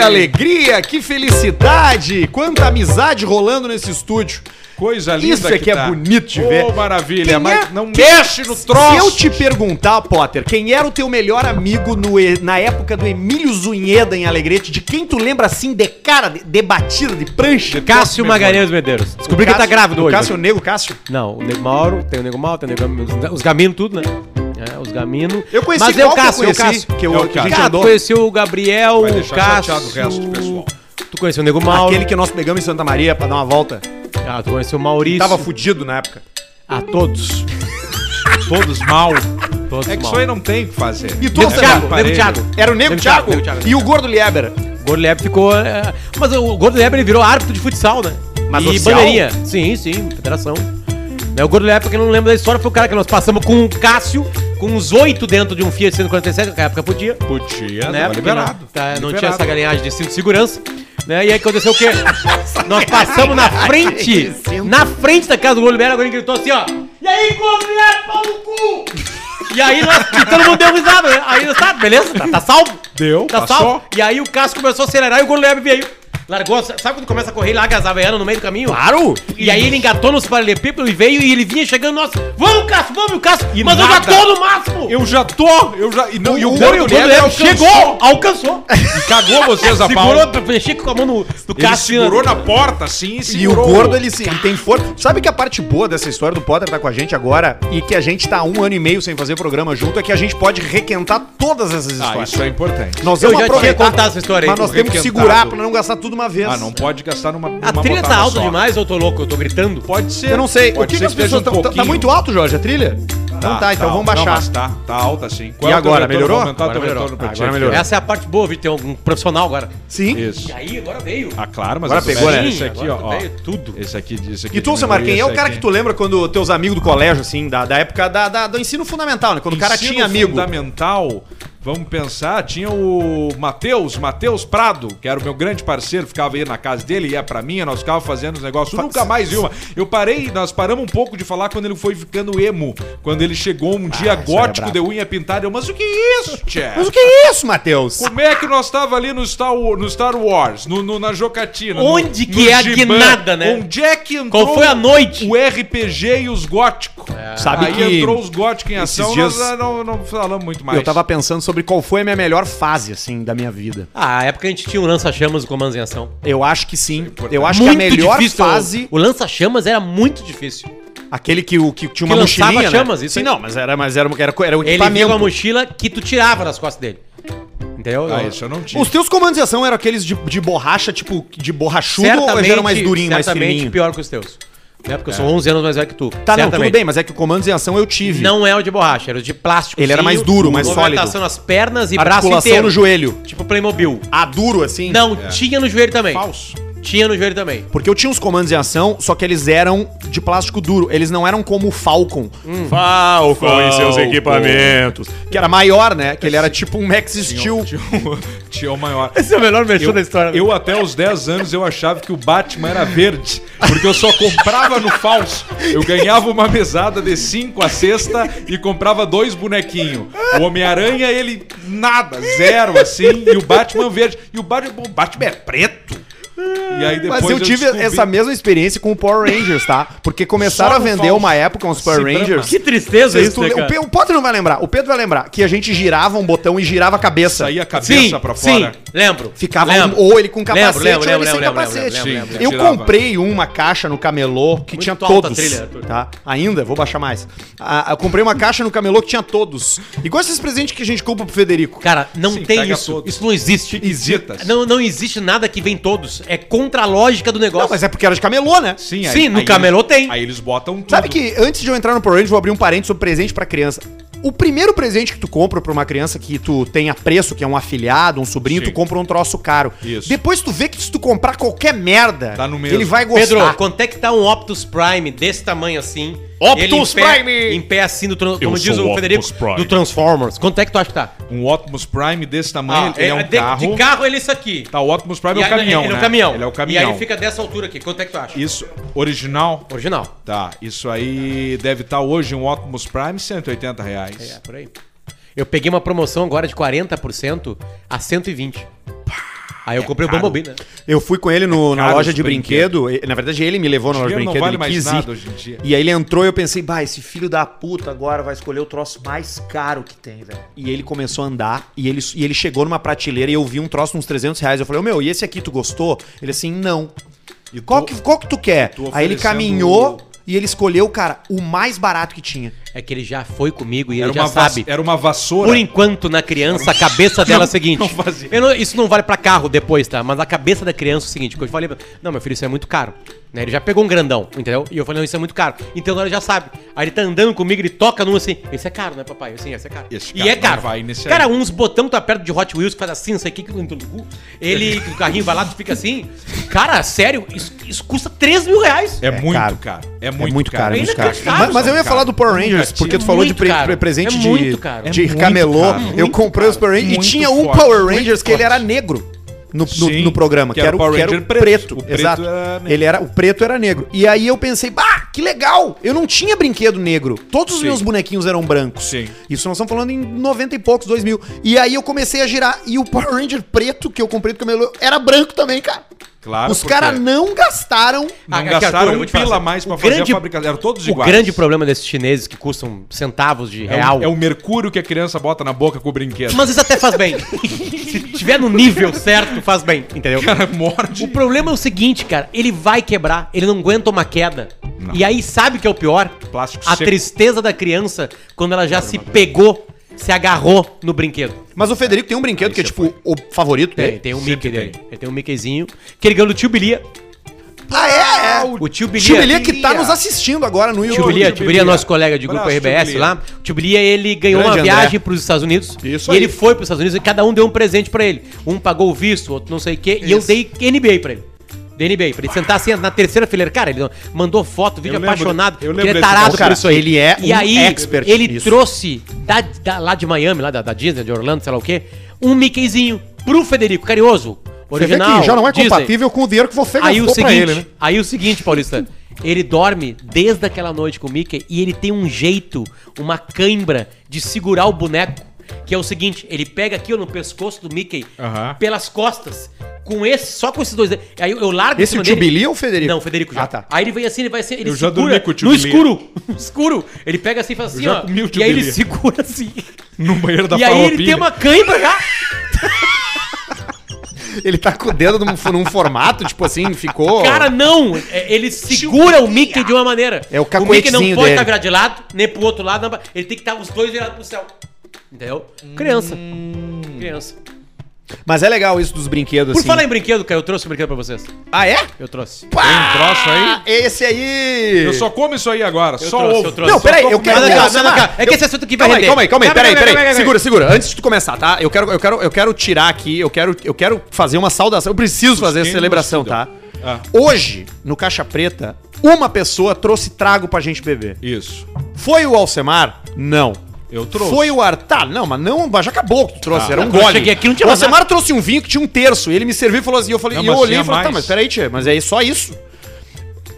alegria, que felicidade, quanta amizade rolando nesse estúdio. Coisa linda Isso é que é tá. bonito de Ô, ver. maravilha, Quem mas é- não mexe no troço. Se eu te perguntar, Potter, quem era o teu melhor amigo no E- na época do Emílio Zunheda em Alegrete, de quem tu lembra assim de cara, de, de batida, de prancha? Cássio Magalhães Medeiros. Descobri que tá Cássio- grávido o hoje. Cássio Negro, Cássio. Não, o Nego Mauro, tem o Nego Mauro, tem o Nego Gamino, os Gamino tudo, né? É, os Gamino. Eu conheci Mas é o qual que eu Cássio, é o conheci, Cássio. que eu- é o que a gente Cássio. andou. Tu conheceu o Gabriel, Vai o deixar Cássio. chateado o resto do pessoal. Tu conheceu o Nego Mauro. Aquele que nós pegamos em Santa Maria pra dar uma volta. Ah, tu conheceu o Maurício. Tava fudido na época. A todos. Todos mal. Todos É que mal. isso aí não tem o que fazer. E tu, Nego Santa- Thiago, parede. Nego Thiago. Era o Nego Nego Thiago, Thiago, Nego Thiago. e o Gordo Lieber. O Gordo Leber ficou... é, Mas o Gordo Leber, ele virou árbitro de futsal, né? Mas e oficial? bandeirinha. Sim, sim, federação. Né, O Gordo Leber, pra quem não lembra da história, foi o cara que nós passamos com o Cássio, com uns oito dentro de um Fiat 147, que na época podia. Podia, né? tava Porque liberado. não, tá, não Liberado. tinha essa galinhagem de cinto de segurança. Né? E aí aconteceu o quê? Nós passamos na frente, na frente da casa do Golibera, alguém gritou assim, ó. E aí, Golibera, pau no cu! E aí nós, e todo mundo deu risada, né? Aí, tá, beleza, tá, tá salvo. Deu, Tá passou. salvo. E aí o Cássio começou a acelerar e o Golibera veio. Largou, sabe quando começa a correr e larga as havaianas no meio do caminho? Ah, Claro! E aí ele engatou nos paralelepípedos e veio e ele vinha chegando, nossa, vamos, Cássio, vamos, o Cássio. E mas nada. eu já tô no máximo. Eu já tô, eu já... E, não, e o Não, Gordo Gordo Lieber Leber alcançou. chegou, alcançou. E cagou vocês a pau. Segurou, mexeu com a mão no, do Ele Cassiano. segurou na porta, assim, e E o segurou. gordo, ele, se- ele tem força. Sabe que a parte boa dessa história do Potter tá com a gente agora e que a gente tá há um ano e meio sem fazer programa junto é que a gente pode requentar todas essas Ah, histórias. isso é importante. Nós Eu vamos já tinha aproveitar, contado essa história aí, mas nós o temos que requentado. segurar pra não gastar tudo uma vez. Ah, não pode gastar numa A trilha tá alta demais, eu tô louco, eu tô gritando. Pode ser. um Eu não sei. Pode o que, que as pessoas estão. tá, tá muito alto, Jorge, a trilha? então tá, então vamos Não, baixar. mas tá, tá alta sim. E agora, melhorou? Agora melhorou. Agora melhorou. Agora Agora melhorou. melhorou. Essa é a parte boa, Vitor, tem um profissional agora. Sim. Isso. E aí, agora veio. Ah, claro, mas Agora essa pegou, merda, né? Esse aqui, Agora ó. ó, veio tudo. Esse aqui, esse aqui. E tu, Samar, quem é o cara que tu lembra quando teus amigos do colégio, assim, da, da época da, da- do ensino fundamental, né? Quando o cara tinha amigo. fundamental, vamos pensar, tinha o Matheus, Matheus Prado, que era o meu grande parceiro, ficava aí na casa dele, ia pra minha, nós ficava fazendo os negócios, eu nunca mais viu. Eu parei, nós paramos um pouco de falar quando ele foi ficando emo, quando ele chegou um dia gótico, brabo. deu unha pintada, eu, mas o que é isso, tchê? Mas o que é isso, Matheus? Como é que nós tava ali no Star, Wa- no Star Wars, no, no- na Jocatina? Onde no- que no é a Giban? guinada, né? Onde é que entrou Qual foi a noite? É. o RPG e os góticos? Sabe Aí que entrou os góticos em esses ação, dias- nós ah, não, não falamos muito mais. Eu tava pensando sobre qual foi a minha melhor fase, assim, da minha vida. Ah, a época a gente tinha um lança-chamas do Comandos em Ação. Eu acho que sim. importante. Eu acho que a melhor fase, O lança-chamas era muito difícil. aquele que, o- que tinha uma Que lançava mochilinha, chamas, né? isso sim, aí. não, mas era, mas era, era, era o Ele viu equipamento. uma mochila que tu tirava das costas dele. Então, Entendeu? Ah, isso eu não tinha. Os teus comandos de ação eram aqueles de, de borracha, tipo, de borrachudo, ou certamente, já era mais durinho, mais certamente fininho? É. pior que os teus. Né? Porque eu sou 11 anos mais velho que tu. Tá, não, Certamente. tudo bem, mas é que o comando de ação eu tive. Não é o de borracha, era o de plástico. Ele era mais duro, mais sólido. Movimentação nas pernas e braço articulação inteiro. no joelho. Tipo Playmobil. Ah, duro assim? Não, É. tinha no joelho também. Falso. Tinha no joelho também. Porque eu tinha uns comandos de ação, só que eles eram de plástico duro. Eles não eram como o Falcon. Hum. Falcon, em seus equipamentos. Que era maior, né? Que ele era tipo um Max Steel. Tinha o- Tinha o maior. Esse é o melhor merchan Eu, eu até os 10 anos eu achava que o Batman era verde, porque eu só comprava no falso. Eu ganhava uma mesada de 5 a sexta e comprava dois bonequinhos. O Homem-Aranha, ele nada, zero assim, e o Batman verde. E o Batman, o Batman é preto. E aí depois Mas eu tive descobri- essa mesma experiência com o Power Rangers, tá? Porque começaram Só a no vender falso. uma época uns Power Se Rangers. Que tristeza Vocês isso, tu- né, o, cara? Pe- o Potter não vai lembrar, o Pedro vai lembrar que a gente girava um botão e girava a cabeça. Saía a cabeça Sim, pra fora. sim, lembro. Ficava lembro. um- ou ele com capacete Lembro, lembro, ou ele lembro, sem lembro, capacete. lembro, lembro, Sim. lembro. Eu Tirava. comprei uma caixa no camelô que tinha alta a todos. trilha, Arthur. tá? Ainda, vou baixar mais. Ah, eu comprei uma caixa no camelô que tinha todos. Igual esses presentes que a gente compra pro Federico. Cara, não Sim, tem pega isso. todos. Isso não existe. Chiquititas. Não, não existe nada que vem todos. É contra a lógica do negócio. Não, mas é porque era de camelô, né? Sim, aí, Sim, no aí camelô eles- tem. Aí eles botam tudo. Sabe que antes de eu entrar no Power Rangers, vou abrir um parênteses sobre presente pra criança. O primeiro presente que tu compra pra uma criança que tu tem apreço, que é um afilhado, um sobrinho, Sim. tu compra um troço caro. Isso. Depois tu vê que se tu comprar qualquer merda, Dá no mesmo. Ah, ele vai gostar. Pedro, quanto é que tá um Optus Prime desse tamanho assim? Optus Ele em pé- Prime! Em pé assim, do, tran- como diz sou o o Federico, Optus Prime. do Transformers. Quanto é que tu acha que tá? Ah, Um Optimus Prime desse tamanho, ele é, um de, carro. de carro ele é isso aqui. Tá, o Optimus Prime E é o aí- caminhão, ele né? é o caminhão. Ele é o caminhão. E aí fica dessa altura aqui. Quanto é que tu acha? Isso, original. Original. Tá, isso aí deve estar hoje um Optimus Prime, 180 reais. É, por aí. Eu peguei uma promoção agora de 40% a 120. Aí é eu comprei o Bumblebee, né? Eu fui com ele no- na caro loja os de brinquedo. e- Na verdade, ele me levou na loja de Dinheiro não brinquedo. vale mais ele quis ir. nada hoje em dia. E aí ele entrou e eu pensei, bah, esse filho da puta agora vai escolher o troço mais caro que tem, velho. E ele começou a andar e ele, e ele chegou numa prateleira e eu vi um troço de uns 300 reais. Eu falei, ô meu, e esse aqui tu gostou? Ele assim, não. E Qual, tu- que, qual que tu quer? tu Aí ele oferecendo- caminhou e ele escolheu, cara, o mais barato que tinha. É que ele já foi comigo e Era ele uma, já vass- sabe. era uma vassoura. É Por enquanto, na criança, a cabeça dela é a seguinte. não fazia. Eu não- isso não vale pra carro depois, tá? Mas a cabeça da criança é o seguinte, que eu falei, pra- não, meu filho, isso é muito caro. Né? Ele já pegou um grandão, entendeu? E eu falei, não, isso é muito caro. Então ela já sabe. Aí ele tá andando comigo, ele toca num assim, esse é caro, né, papai? Assim, esse é caro. Esse e cara é não caro. vai nesse cara, aí. uns botão que tá perto de Hot Wheels, que faz assim, não sei o que, que entra no cu. Ele, o carrinho vai lá, tu fica assim. Cara, sério, isso, isso custa 3 mil reais. É, muito caro. caro. É muito, caro. é muito caro. caro. Mas, mas eu ia Muito falar caro. do Power Rangers, Nunca porque tu tive. falou de Muito pre- caro. pre- presente É de, muito caro. de É muito camelô. caro. Eu Muito comprei os Power Rangers e Muito tinha um forte. Power Rangers que ele forte. era negro. No, no- Sim, no programa, que, era, o, Power que era o Ranger preto. preto. O preto exato. era negro. ele era, o preto era negro. E aí eu pensei, bah, que legal! Eu não tinha brinquedo negro. Todos os Sim. meus bonequinhos eram brancos. Sim. Isso nós estamos falando em 90 e poucos, 2000. E aí eu comecei a girar. E o Power Ranger preto que eu comprei do camelô era branco também, cara. Claro, os porque- caras não gastaram. Não Ah, que Arthur, gastaram eu vou um te falar, pila a assim, mais pra o fazer grande- a fabricação. Eram todos O iguais. grande problema desses chineses que custam centavos de é real. O, é o mercúrio que a criança bota na boca com o brinquedo. Mas isso até faz bem. Se tiver no nível certo, faz bem, entendeu? O cara O morde. problema é o seguinte, cara, ele vai quebrar, ele não aguenta uma queda. E aí sabe o que é o pior? Plástico a seco. tristeza da criança quando ela já se pegou, se agarrou no brinquedo. Mas o Federico tem um brinquedo que é tipo o favorito Tem, dele. tem um Sempre Mickey dele. tem. Ele tem um Mickeyzinho que ele ganhou do tio Bilia. Ah, é, é. O tio Bilia. Tio Belia que tá nos assistindo agora no Tio YouTube. Bilia, Tio Tio Bilia é Bilia. nosso colega de grupo Abraço, RBS Tio Bilia. lá. O Tio Bilia, ele ganhou Grande uma André. viagem para os Estados Unidos. Isso e aí. ele foi para os Estados Unidos e cada um deu um presente para ele. Um pagou o visto, outro não sei o quê. E eu dei NBA para ele. Dei NBA, pra ele sentar assim na terceira fileira. Cara, ele mandou foto, vídeo Eu lembro- eu apaixonado. que ele é lembro desse tarado cara. por isso aí. Ele é e um aí, expert Ele nisso. trouxe da, da- lá de Miami, lá da, da Disney, de Orlando, sei lá o quê, um Mickeyzinho pro Federico Carioso. Você vê Original. que já não é Disney. compatível com o dinheiro que você Aí o gastou pra seguinte, ele, né? aí o seguinte, Paulista, ele dorme desde aquela noite com o Mickey e ele tem um jeito, uma cãibra de segurar o boneco, que é o seguinte, ele pega aqui ó, no pescoço do Mickey Aham. pelas costas, com esse, só com esses dois, dedos. aí eu, eu largo Esse em o cima Tio é dele. Bilia ou o Federico? Não, o Federico já. Ah, tá. Aí ele vem assim, ele vai assim, ele Eu já segura dormi com o tio no Bilia. escuro, no escuro. Ele pega assim e faz assim, já ó. comi o tio E aí ele Bilia. segura assim. No banheiro da e aí ele farroupilha. tem uma cãibra já. Ele tá com o dedo num, num formato, tipo assim, ficou... Cara, não! É, Ele segura o Mickey de uma maneira. É o O Mickey não cacoetezinho pode dele. estar virado de lado, nem pro outro lado. não pa- Ele tem que estar os dois virados pro céu. Entendeu? Criança. Criança. Mas é legal isso dos brinquedos, Por assim. falar em brinquedo, cara, eu trouxe um brinquedo pra vocês. Ah, é? Eu trouxe. Pá! troço aí? Esse aí! Eu só como isso aí agora. só trouxe, eu ovo. trouxe. Não, peraí, Só eu com- quero... Não, não, Nossa, não, não, mas- cara, é que esse assunto aqui vai Calma aí, render. calma aí, calma aí, Calma, peraí, calma, peraí. calma, calma, Segura, segura. Antes de tu começar, tá? Eu quero, eu quero, eu quero tirar aqui, eu quero, eu quero fazer uma saudação. Eu preciso fazer essa Sustenta celebração, a tá? solidão. Ah. Hoje, no Caixa Preta, uma pessoa trouxe trago pra gente beber. Isso. Foi o Alcemar? Não. Eu trouxe. Foi o Arthur. Tá, não, mas não, mas já acabou que tu trouxe, Ah. era um Não, Tá. quando eu gole. cheguei aqui, não tinha o mais Alcemar trouxe um vinho que tinha um terço, e ele me serviu e falou assim, eu falei, Não, e eu mas olhei e tinha falei, tá, mais. mas peraí, tia, mas é só isso?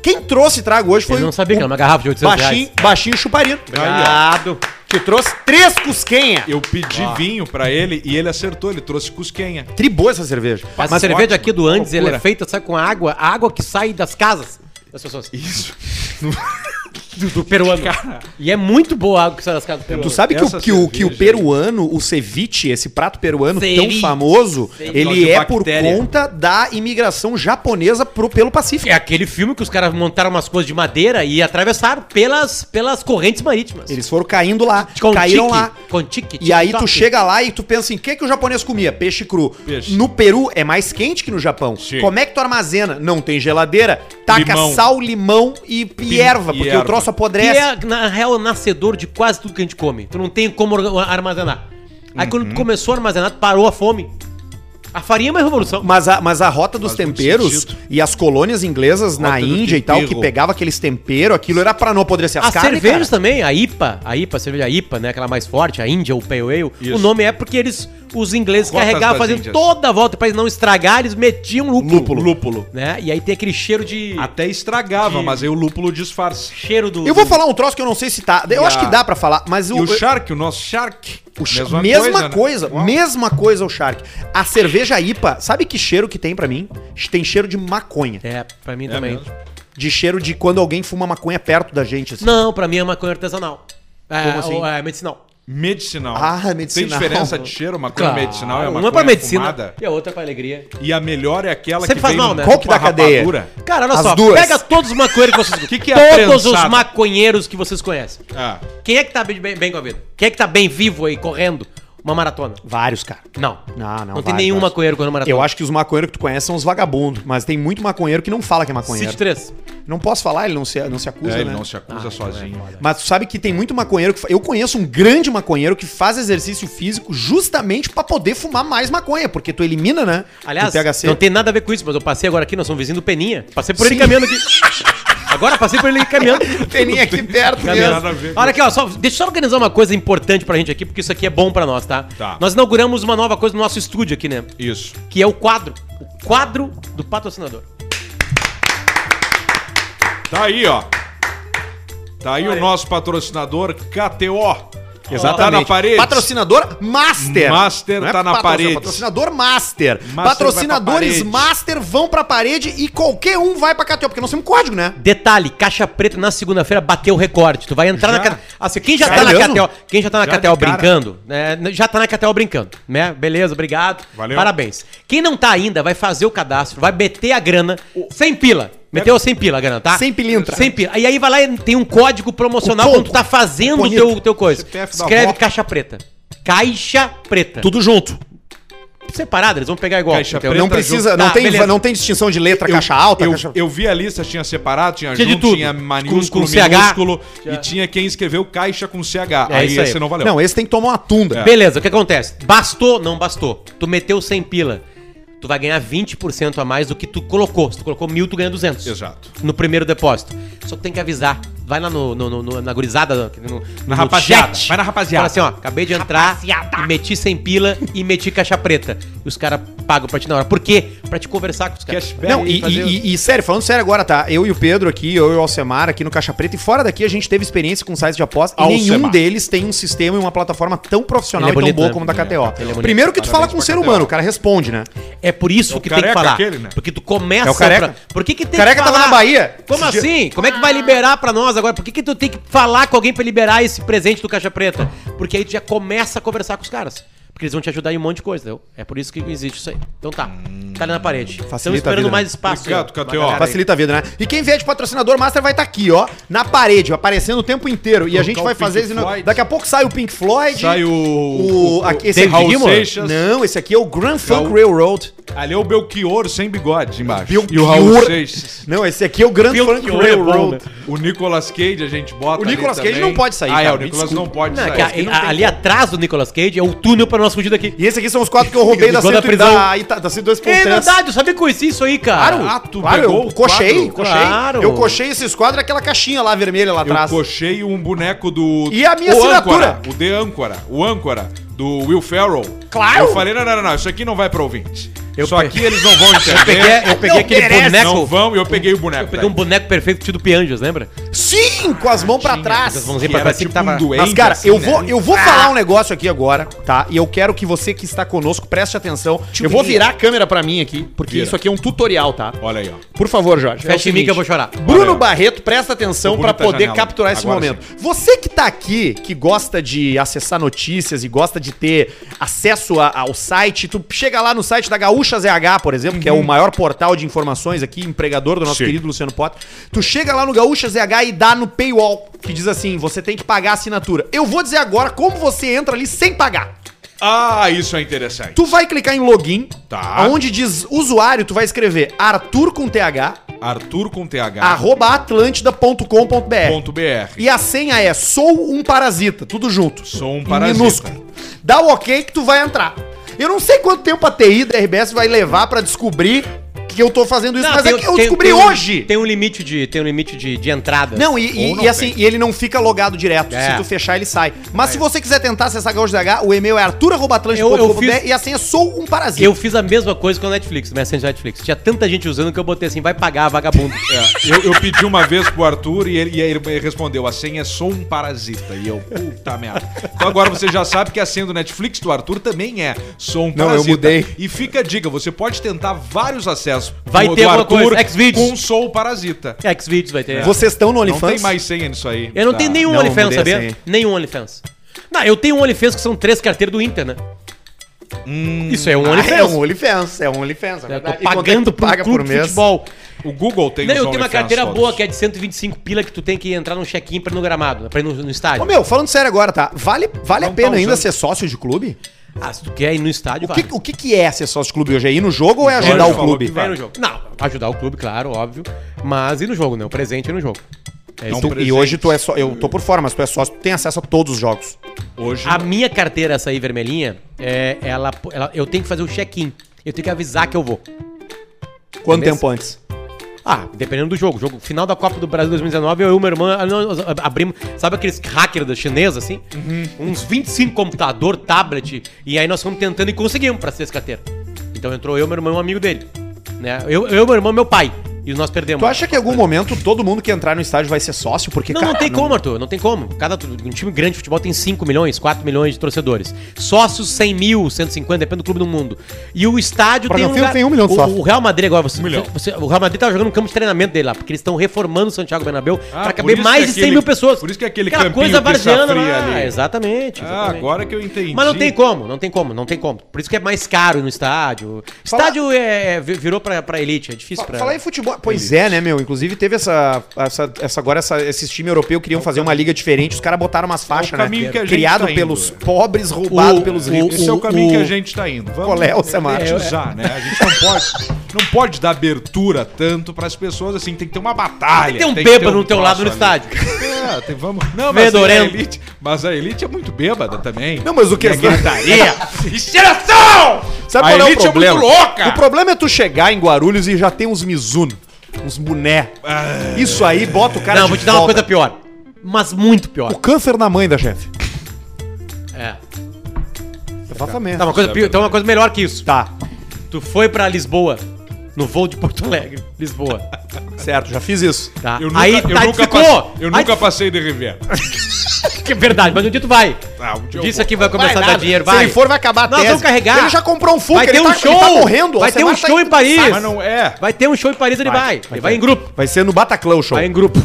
Quem trouxe trago hoje foi um Eu não sabia que era uma garrafa de 800 baixinho, reais. baixinho chuparino. Obrigado. Te trouxe três cusquenha. Eu pedi vinho pra ele e ele acertou. Ele trouxe cusquenha. Tribou essa cerveja. Mas a cerveja ótimo. aqui do Andes, ela é Loucura. feita só com água. A água que sai das casas das pessoas. Isso. Do, do peruano. E é muito boa a água que sai das casas do peruano. Tu sabe que o, Essa que, o, que o cerveja peruano, o ceviche, esse prato peruano tão Ceviche. famoso, ele Causa é por bactéria. conta da imigração japonesa pro, pelo Pacífico. É aquele filme que os caras montaram umas coisas de madeira e atravessaram pelas, pelas correntes marítimas. Eles foram caindo lá, Com caíram tique, lá. com tique, E aí tique-toque. tu chega lá e tu pensa em que que o japonês comia? Peixe cru. Peixe. No Peru é mais quente que no Japão. Sim. Como é que tu armazena? Não tem geladeira, taca Limão. sal, limão e, e erva, e porque o erva. troço Que apodrece. é, na real, nascedor de quase tudo que a gente come. Tu não tem como orga- armazenar. Aí quando Uhum. tu começou a armazenar, tu parou a fome. A farinha é uma revolução. Mas a, mas a rota dos Faz muito temperos sentido. e as colônias inglesas na Rota do Índia e tal, que tempero. pegava aqueles temperos, aquilo era pra não apodrecer as As carnes. cervejas cara. também, a IPA, a IPA, a cerveja IPA, né, aquela mais forte, a Índia, o Pale Ale, o Isso. nome é porque eles os ingleses Rotas carregavam, das faziam Índias. toda a volta pra eles não estragar, eles metiam lúpulo. Lúpulo. Lúpulo. Né? E aí tem aquele cheiro de... Até estragava, De- mas aí o lúpulo disfarça. Cheiro do... Eu vou falar um troço que eu não sei se tá. Eu E acho a- que dá pra falar, mas E o. o Shark, o nosso Shark. o ch- mesma né? coisa, Uau. mesma coisa o Shark. A cerveja IPA, sabe que cheiro que tem pra mim? Tem cheiro de maconha. É, pra mim É também. mesmo. De cheiro de quando alguém fuma maconha perto da gente. Assim. Não, pra mim é maconha artesanal. É, Como assim? ou é medicinal. Medicinal. Ah, medicinal. Tem diferença de cheiro? Uma coisa medicinal é uma uma é coisa pra medicina fumada. e a outra é pra alegria. E a melhor é aquela Sempre que faz vem mal, num né? Qual que copo dá cadeia? rapadura. Cara, olha As só, duas. pega todos os maconheiros que vocês Que que é Todos prensado? os maconheiros que vocês conhecem. Ah, Quem é que tá bem, bem com a vida? Quem é que tá bem vivo aí, correndo uma maratona? Vários, cara. Não. Não, não, Não tem vai, nenhum vai. maconheiro correndo maratona. Eu acho que os maconheiros que tu conhece são os vagabundos, mas tem muito maconheiro que não fala que é maconheiro. City 3. Não posso falar, ele não se, não se acusa, é, né? ele não se acusa sozinho. Tá. Mas tu sabe que tem muito maconheiro que fa- eu conheço um grande maconheiro que faz exercício físico justamente pra poder fumar mais maconha, porque tu elimina, né? Aliás, o THC. não tem nada a ver com isso, mas eu passei agora aqui, nós somos vizinhos do Peninha. Passei por ele Sim. caminhando aqui. Agora passei por ele caminhando. Peninha aqui perto Não tem mesmo. nada a ver com Olha aqui, ó, só, deixa eu só organizar uma coisa importante pra gente aqui, porque isso aqui é bom pra nós, tá? Tá. Nós inauguramos uma nova coisa no nosso estúdio aqui, né? Isso. Que é o quadro. O quadro do patrocinador. Tá aí, ó. Tá aí o nosso patrocinador KTO. Exatamente. Tá na parede. Patrocinador Master. Master Não é tá na patrocin- parede. Patrocinador Master. vai Patrocinadores pra parede. Master vão pra parede e qualquer um vai pra KTO, porque nós temos código, né? Detalhe, Caixa Preta na segunda-feira bateu o recorde. Tu vai entrar Já? na KTO. Assim, quem já Já tá na mesmo? KTO, quem já tá na Já KTO de cara? brincando, né, já tá na KTO brincando, né? Beleza, obrigado. Valeu. Parabéns. Quem não tá ainda, vai fazer o cadastro, vai meter a grana sem pila. Meteu É. sem pila a grana, tá? Sem pilintra. Sem pila. E aí vai lá e tem um código promocional Cupom. quando tu tá fazendo o Cuponito. teu, teu coisa. CPF da Escreve avó. Caixa Preta. Caixa Preta. Tudo junto. separado, eles vão pegar igual. Caixa entendeu? Preta Não precisa, junto. não, Tá, tem, beleza. não tem distinção de letra, Eu- caixa alta, eu, caixa... eu vi a lista, tinha separado, tinha, Tinha de junto, tudo. tinha Com- minúsculo, com CH. minúsculo e tinha quem escreveu caixa com CH. É aí isso aí. esse não valeu. Não, esse tem que tomar uma É. tunda. Beleza, o que acontece? Bastou, não bastou. Tu meteu 100 pila. Tu vai ganhar 20% a mais do que tu colocou. Se tu colocou mil, tu ganha 200. Exato. No primeiro depósito. Só que tem que avisar. Vai lá no, no- no- no- na gurizada, no, no- no rapaziada, vai na rapaziada. Fala assim, ó, acabei de entrar, meti 100 pila e meti caixa preta. E os caras pagam pra ti na hora. Por quê? Pra te conversar com os caras. Cashback Não, e, fazer- e- e- e sério, falando sério agora, tá? Eu e o Pedro aqui, eu e o Alcemar aqui no Caixa Preta e fora daqui a gente teve experiência com sites de aposta e Alcemar. nenhum deles tem um sistema e uma plataforma tão profissional e Ele é tão bonito, boa né? como da KTO. ele é bonito. Primeiro que tu fala com um Parabéns ser pra humano, KTO. o cara responde, né? É por isso o que tem que careca falar. aquele, né? Porque tu começa. É o careca. pra- Por que, que tem Careca que tava na Bahia. Como Esse assim? Como é que vai liberar pra nós agora? Por que, que tu tem que falar com alguém pra liberar esse presente do Caixa Preta? Porque aí tu já começa a conversar com os caras. Porque eles vão te ajudar em um monte de coisa, entendeu? É por isso que existe isso aí. Então tá. Tá ali na parede. Hum, Facilita Estamos a esperando vida, mais né? espaço. Obrigado, aí, KTO. ó. Uma galera aí. Facilita a vida, né? E quem vier de patrocinador master vai estar aqui, ó, na parede, aparecendo o tempo inteiro. E a Tocar gente o vai Pink fazer. esse no- Floyd. Daqui a pouco sai o Pink Floyd. Sai o- o, o- aqui, o esse David aqui, Gilmour? Não, esse aqui é o Grand Funk Raul- Railroad. Ali é o Belchior sem bigode embaixo. Belchior. E o Raul Seixas. Não, esse aqui é o Grand Pink Funk Floyd é bom, Railroad. né? O Nicolas Cage a gente bota O ali Nicolas Cage também. não pode sair, Ah, é, cara, o me Nicolas desculpa. não pode Não, é sair. que a- a- ali atrás do Nicolas Cage é o túnel pra nós fugir daqui. E esse aqui são os quatro que eu roubei da, Igual da 100 e prisão. da, Ita- da 102.3. É verdade, eu sabia que conhecia isso aí, cara. Claro, Ah, tu claro, pegou eu o cochei, quadro? cochei. Claro. Eu cochei esses quadros aquela caixinha lá vermelha lá Eu atrás. cochei um boneco do. E a minha o assinatura? Âncora, o The Âncora. O Âncora, do Will Ferrell. Claro. Eu falei, não, não, não, não, isso aqui não vai pro ouvinte. Eu isso pe- aqui eles não vão entender. Peguei- eu peguei Não aquele merece. boneco. Não vão, e eu peguei o boneco. Peguei um velho. boneco perfeito tido Pianjas, lembra? Sim, com as mãos pra trás. Vamos ver Que pra era trás, tipo que tava- um doente, Mas, cara, assim, eu né? vou, eu vou falar um negócio aqui agora, tá? E eu quero que você que está conosco preste atenção. Eu vou virar a câmera pra mim aqui, porque Vira. isso aqui é um tutorial, tá? Olha aí, ó. Por favor, Jorge. Fecha é o em mim que seguinte. eu vou chorar. Bruno Valeu. Barreto, presta atenção Tô pra bonita a poder tá janela. capturar esse Agora momento. Você que tá aqui, que gosta de acessar notícias e gosta de ter acesso a- ao site, tu chega lá no site da Gaúcha ZH, por exemplo, que é Uhum. o maior portal de informações aqui, empregador do nosso Sim. querido Luciano Potter. Tu chega lá no Gaúcha ZH e dá no paywall, que diz assim, você tem que pagar a assinatura. Eu vou dizer agora como você entra ali sem pagar. Ah, isso é interessante. Tu vai clicar em login, Tá. onde diz usuário, tu vai escrever Arthur com TH, Arthur com TH. arroba atlântida.com.br. Ponto BR. E a senha é sou um parasita, tudo junto. Sou um Em parasita. Minúsculo. Dá o ok que tu vai entrar. Eu não sei quanto tempo a TI da RBS vai levar pra descobrir que eu tô fazendo isso, Não, mas tem- é que eu tem- descobri tem um- hoje. Tem um limite de, tem um limite de, de entrada. Não, e, e- Ou e assim, e ele não fica logado direto. É. Se tu fechar, ele sai. Mas se você quiser tentar acessar Gaúcho DH, o e-mail é Eu- eu artura.atlântico.com.br fiz- e assim é sou um parasita. Eu fiz a mesma coisa com a Netflix, minha assinatura Netflix. Tinha tanta gente usando que eu botei assim, vai pagar, vagabundo. É, eu, eu pedi uma vez pro Arthur e ele, e aí ele respondeu: a senha é só um parasita. E eu, puta merda. Então agora você já sabe que a senha do Netflix do Arthur também é só um eu parasita. mudei. E fica a dica: você pode tentar vários acessos Vai ter alguma coisa, Xvideos. com só o parasita. É, Xvideos vai ter. Vocês estão no Não tem OnlyFans? mais senha nisso aí. Eu não Tá. tenho nenhum Ah, Não, OnlyFans, mudei sabia? assim. Nenhum OnlyFans. Não, eu tenho um OnlyFans que são três carteiras do Inter, né? Isso é um Ah, OnlyFans. é um OnlyFans, é um OnlyFans, é Eu tô verdade. E quanto é que pagando tu pro paga clube por de mês. futebol. O Google tem Não, eu os tenho uma OnlyFans carteira todos. boa que é de 125 pila que tu tem que entrar num check-in pra ir no gramado, pra ir no, no estádio. Ô meu, falando sério agora, tá? Vale, vale a Não pena tá ainda usando. ser sócio de clube? Ah, se tu quer ir no estádio, O que, o que que é ser sócio de clube hoje? É ir no jogo ou é Jorge ajudar o falou clube? que vai. Vai no jogo. Não, ajudar o clube, claro, óbvio. Mas ir no jogo, né? O presente é no jogo. É Não isso. Tu- e hoje tu é só. Eu tô por fora, mas tu é sócio, tu tem acesso a todos os jogos. Hoje. A minha carteira, essa aí vermelhinha, é, ela, ela- eu tenho que fazer o check-in. Eu tenho que avisar que eu vou. Quanto Beleza? tempo antes? Ah, dependendo do jogo. Jogo final da Copa do Brasil 2019, eu e minha irmã ah, nós abrimos. Sabe aqueles hackers da chinesa, assim? Uns 25 computador, tablet. E aí nós fomos tentando e conseguimos pra ser essa carteira. Então entrou eu, meu irmão e um amigo dele. Né? Eu, eu, meu irmão e meu pai. E nós perdemos. Tu acha que em algum momento todo mundo que entrar no estádio vai ser sócio? Porque, Não, cara, não tem como, Arthur. Não tem como. Cada, um time grande de futebol tem 5 milhões, 4 milhões de torcedores. Sócios 100 mil, 150, depende do clube do mundo. E o estádio Pra Campinho tem um milhão de o, sócios. o Real Madrid agora, você, Um milhão. você- o Real Madrid tava jogando um campo de treinamento dele lá, porque eles estão reformando o Santiago Bernabéu Ah, pra por caber isso que mais de 100 aquele- mil pessoas. por isso que aquele Aquela campinho coisa pizza varziana fria lá. ali. Exatamente, Ah, exatamente. agora que eu entendi. Mas não tem como, não tem como, não tem como. Por isso que é mais caro no estádio. Estádio é, é- virou pra, pra elite, é difícil pra... Falar em futebol. Pois é, né, meu? Inclusive teve essa. essa, essa agora essa- esses times europeus É queriam fazer uma liga diferente, os caras botaram umas faixas, caminho né? que a gente Criado tá indo, pelos é. pobres, roubado O- pelos o- ricos. Esse é o- o caminho o- que a gente tá indo. Vamos Qual é, Alcemar? monetizar, né? A gente não pode, não pode dar abertura tanto pras pessoas, assim, tem que ter uma batalha. Tem que ter um que bêbado no teu troço lado no ali. estádio. É, tem, vamos... Não, mas a, Fedorento. elite, mas a elite é muito bêbada também. Não, mas o que- É gritaria, Encheiração! a Sabe qual é o elite é, problema? muito louca! O problema é tu chegar em Guarulhos e já tem uns Mizuno, uns boné. Ah, Isso aí bota o cara Não, vou te dar uma coisa pior. Mas muito pior. O câncer na mãe da chefe. Tá É. Exatamente. Tá, uma coisa, pi- então uma coisa melhor que isso. Tá, Tu foi pra Lisboa, no voo de Porto Alegre, Lisboa, certo, já fiz isso. tá? Eu nunca, aí eu tá, nunca, ficou. passei, eu Aí nunca tu- passei de Riviera. que é verdade, mas um dia tu vai. Ah, um dia eu Isso vou. aqui vai começar a dar dinheiro, vai. Se ele for, vai acabar a Nós tese. vamos carregar. Ele já comprou um Fusca, vai ter ele um tá- ele show. tá morrendo. Vai ter um Alcemar tá show indo- em Paris. Mas não é. Vai ter um show em Paris, ele vai. Ele vai em grupo. Vai ser no Bataclan o show. Vai em grupo.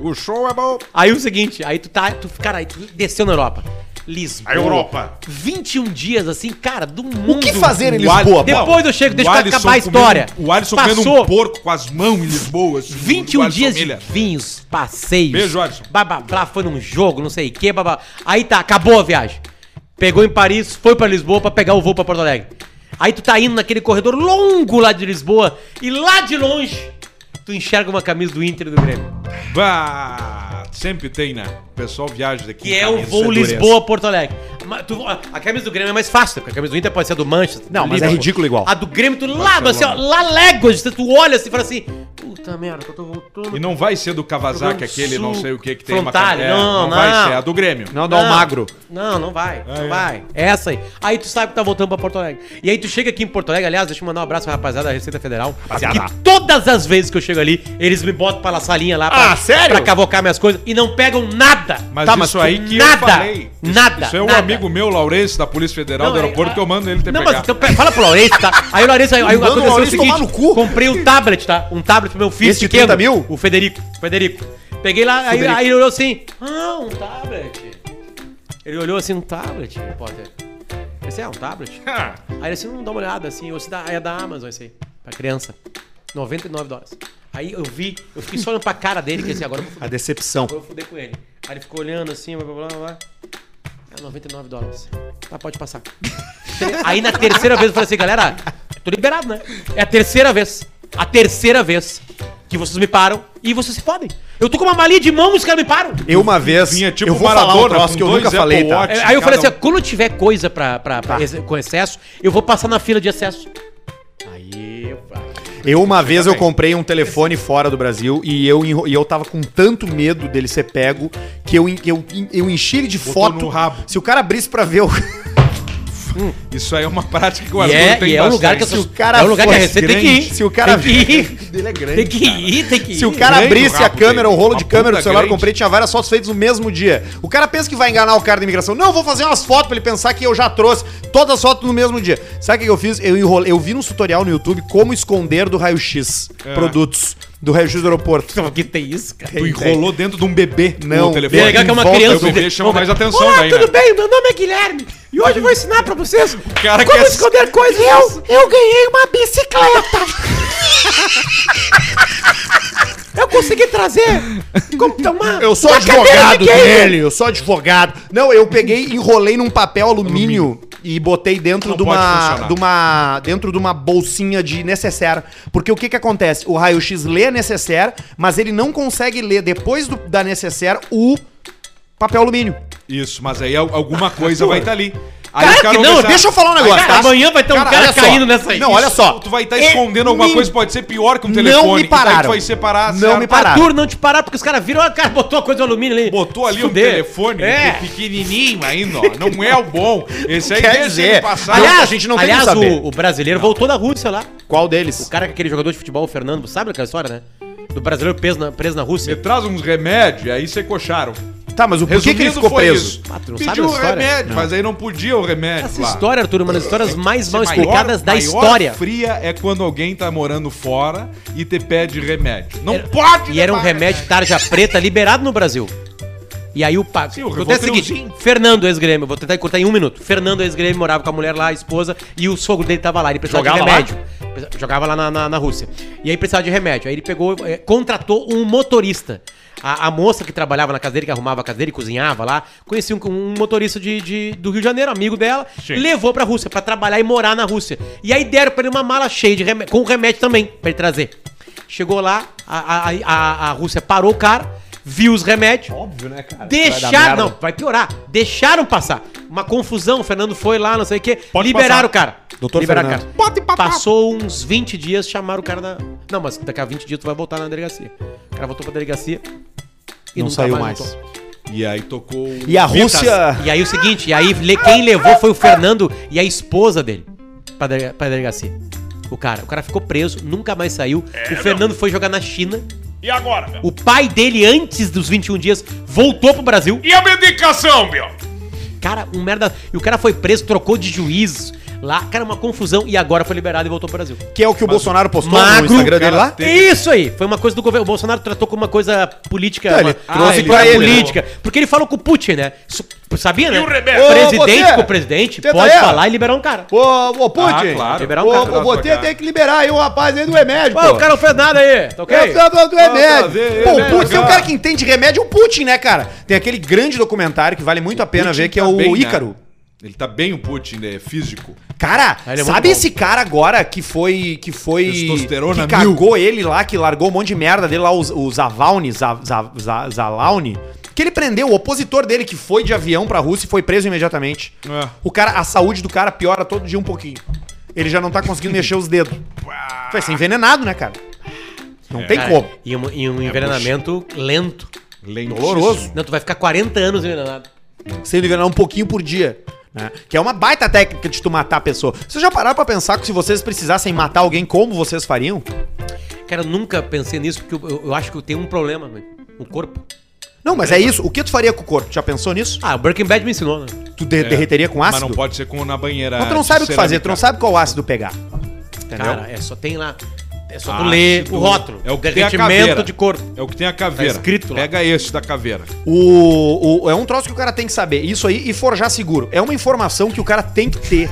O show é bom. Aí o seguinte, aí tu tá, tu, cara, aí tu desceu na Europa. Lisboa. A Europa. 21 dias assim, cara, do mundo. que fazer em O Lisboa, Alisson- Paulo? Depois eu chego, deixa O eu Alisson acabar a comendo- história. o Alisson comendo um porco com as mãos em Lisboa. assim, o 21 Alisson dias de Miller. vinhos, passeios. Beijo, Alisson. Bababá, foi num jogo, não sei o quê. Babá. Aí tá, acabou a viagem. Pegou em Paris, foi pra Lisboa pra pegar o voo pra Porto Alegre. Aí tu tá indo naquele corredor longo lá de Lisboa e lá de longe tu enxerga uma camisa do Inter e do Grêmio. Bah, sempre tem, né? O pessoal viaja daqui. Que é o Camisa voo dureza. Lisboa-Porto Alegre. Mas tu- a a camisa do Grêmio é mais fácil, porque a camisa do Inter pode ser a do Manchester. Não, do mas é Liverpool. ridículo igual. A do Grêmio, tu lá, mas assim, ó, lá léguas, tu olha assim e fala assim: puta merda, eu tô voltando. E não vai ser do Rio Kawasaki Grande do aquele, não Sul, sei o que que tem Frontale, uma não, não vai não. ser, é a do Grêmio. Não, Ah. dá um magro. Não, não vai. não é. vai. É essa aí. Aí tu sabe que tá voltando pra Porto Alegre. E aí tu chega aqui em Porto Alegre, aliás, deixa eu mandar um abraço pra rapaziada da Receita Federal. Rapaziada. Que todas as vezes que eu chego ali, eles me botam pra salinha lá pra, Ah, sério? pra cavocar minhas coisas e não pegam nada. Mas Tá, mas isso aí que nada, eu falei. Isso- nada, Isso é um nada. amigo meu, Laurence, da Polícia Federal do aí- aeroporto, que eu mando ele ter é, Não, mas pegar. então pe- fala pro Laurence, tá? Aí o Laurence, aí, aí Manda o aconteceu o Laurence seguinte, tomar no cu. comprei um tablet, tá? Um tablet pro meu filho Esse de 30 mil? o Federico, Federico. Peguei lá, aí, aí ele olhou assim, ah, um tablet. Ele olhou assim, um tablet, Potter. Esse é um tablet? Ah, Aí ele assim, não dá uma olhada, assim, eu, esse da, é da Amazon esse aí, pra criança. 99 dólares. Aí eu vi, eu fiquei só olhando pra cara dele, que assim, agora eu vou A decepção. eu fudei com ele. Aí ele ficou olhando assim, blá blá blá blá. É 99 dólares. Tá, pode passar. Aí na terceira vez eu falei assim, galera, tô liberado, né? É a terceira vez. A terceira vez que vocês me param e vocês se podem. Eu tô com uma malinha de mão e os caras me param. Eu uma vez. Vinha tipo eu vou falar um Maradona, troço que eu com nunca dois falei, Apple tá? Watch. É, Aí eu falei assim, Cada ó, quando tiver Tá. coisa pra, pra, pra ex- com excesso, eu vou passar na fila de excesso. Aí, pá, Eu, uma vez, eu comprei um telefone fora do Brasil e eu, enro- e eu tava com tanto medo dele ser pego que eu, en- eu, eu enchi ele de foto. no rabo. Se o cara abrisse pra ver o. Isso aí é uma prática que o E Arthur é, tem e é um lugar que bastante. eu Se o cara é um lugar que a fosse receita tem que grande, ir. se o cara- tem que ir. Dele é grande. Tem que ir, tem que ir. Se o cara Grande abrisse o a rabo câmera, dele. o rolo de Uma câmera puta do celular, eu grande. comprei, tinha várias fotos feitas no mesmo dia. O cara pensa que vai enganar o cara da imigração. Não, eu vou fazer umas fotos pra ele pensar que eu já trouxe todas as fotos no mesmo dia. Sabe o que que eu fiz? Eu enrolei, eu vi um tutorial no YouTube como esconder do raio-x É. produtos do raio-x do aeroporto. Por que tem isso, cara? Tu enrolou dentro de um bebê Não, o E telefone. é legal que é uma Volta, Aí o criança. bebê chama mais atenção Olá, daí, tudo né? bem? Meu nome é Guilherme e hoje eu vou ensinar pra vocês cara como quer- esconder coisas. Eu, eu ganhei uma bicicleta. eu consegui trazer como tomar Eu sou uma cadeira advogado de gamer. dele, eu sou advogado. Não, eu peguei, enrolei num papel alumínio, e botei dentro Não de pode uma, funcionar. de uma dentro de uma bolsinha de necessaire. Porque o que que acontece? O raio-x lê a necessaire, mas ele não consegue ler depois do- da necessaire o papel alumínio. Isso, mas aí al- Ah, alguma coisa vai estar ali. Aí Claro o cara que vai não, pensar, deixa eu falar um negócio, Cara, amanhã vai ter um cara olha só. caindo nessa aí. tá Não, olha isso, só. Tu vai É estar escondendo alguma coisa, pode ser pior que um Não telefone. me e daí tu pararam. vai separar, Não certo? me pararam. Arthur, não te parar, porque os caras viram, ó, o cara botou a coisa de alumínio ali. Botou ali um Fuder. telefone É. pequenininho ainda, ó. Não é o bom. Esse aí Quer deixa dizer, ele passar. aliás, Não, tem Aliás, como saber. o, o brasileiro voltou da Rússia lá. Qual deles? O cara, é aquele jogador de futebol, o Fernando, sabe aquela história, né? Do brasileiro preso na, preso na me Rússia. traz uns remédios, aí você cocharam. Tá, mas o por que, que ele ficou preso? Ah, tu não sabe Pediu a o história? remédio, mas aí não podia o remédio. Essa lá. história, Arthur, é uma das histórias mais mal Maior- explicadas da maior história. fria é quando alguém tá morando fora e te pede remédio. Não pode E era um levar remédio tarja preta liberado no Brasil. E aí o Paco. Sim, o Acontece o seguinte: Rivotril. Fernando, ex-grêmio, vou tentar cortar em um minuto. Fernando, ex-grêmio, morava com a mulher lá, a esposa, e o sogro dele tava lá. Ele precisava de Jogava lá? remédio. Precisa- Jogava lá na, na, na Rússia. E aí precisava de remédio. Aí ele pegou, eh, contratou um motorista. A, a moça que trabalhava na casa dele, que arrumava a casa dele, cozinhava lá, conhecia um, um motorista de, de- do Rio de Janeiro, amigo dela, Sim. levou pra Rússia, pra trabalhar e morar na Rússia. E aí deram pra ele uma mala cheia de remédio, com remédio também, pra ele trazer. Chegou lá, a, a, a, a Rússia parou o cara, viu os remédios, Óbvio, né, cara? Deixaram. Não, vai piorar. Deixaram passar. Uma confusão, o Fernando foi lá, não sei o quê. Pode liberaram passar. o cara. Doutor liberaram Fernando. o cara. Passou uns 20 dias, chamaram o cara na. Não, mas daqui a 20 dias tu vai voltar na delegacia. O cara voltou pra delegacia. E Não nunca saiu mais. voltou. E aí tocou. o E a Vitas. Rússia. E aí o seguinte, e aí le- quem levou foi o Fernando e a esposa dele pra, delega- pra delegacia. O cara, o cara ficou preso, nunca mais saiu. o Fernando foi jogar na China. E agora, meu? O pai dele, antes dos 21 dias, voltou pro Brasil. E a medicação, meu? Cara, um merda. E o cara foi preso, trocou de juiz. Lá, cara, uma confusão. E agora foi liberado e voltou pro Brasil. Que é o que o Bolsonaro postou no Magro, Instagram dele cara, lá? É Isso aí! Foi uma coisa do governo. O Bolsonaro tratou como uma coisa política. Tá, uma, ele trouxe uma pra coisa ele, política. Porque ele falou com o Putin, né? Isso- sabia, né? E o Rebeca? O Ô, presidente Botera, com o presidente tenta pode aí, ó. falar e liberar um cara. Ô, ô, Putin. Ah, claro. Liberar um Ô, cara. ô, você tem que liberar aí o rapaz aí do remédio, Pô, pô. o cara não fez nada aí. Tá ok? Eu precisava do, do remédio. a ver, Pô, o remédio, Putin é um cara. cara que entende remédio, é o Putin, né, cara? Tem aquele grande documentário que vale muito a pena Putin ver, que tá é o bem, né? Ícaro. Ele tá bem o Putin, né? Físico. Cara, Ele é muito sabe bom. esse cara agora que foi. Que foi. Testosterona que cagou ele lá, que largou um monte de merda dele lá, o, o Zavalny, Za- Za- Za- Zalauni. Que ele prendeu o opositor dele que foi de avião pra Rússia e foi preso imediatamente. É. O cara, a saúde do cara piora todo dia um pouquinho. Ele já não tá conseguindo mexer os dedos. Vai ser envenenado, né, cara? Não É. tem Cara, como. E um, e um envenenamento lento. Lentíssimo. Doloroso. Não, tu vai ficar 40 anos envenenado. sendo envenenado um pouquinho por dia. Né? Que é uma baita técnica de tu matar a pessoa. Vocês já pararam pra pensar que se vocês precisassem matar alguém, como vocês fariam? Cara, eu nunca pensei nisso porque eu, eu- eu acho que eu tenho um problema, velho. O corpo. Não, mas é isso. O que tu faria com o corpo? Já pensou nisso? Ah, o Breaking Bad me ensinou, né? Tu de- É, derreteria com ácido? Mas não pode ser com na banheira. Mas tu não de sabe o que fazer, tu não cerâmica. sabe qual ácido pegar. Entendeu? Cara, é só tem lá. É só tu Ah, ler se o tu- rótulo. É o que tem a derretimento caveira. de corpo. É o que tem a caveira. Tá escrito lá. Pega esse da caveira. O, o- é um troço que o cara tem que saber. Isso aí e forjar seguro. É uma informação que o cara tem que ter.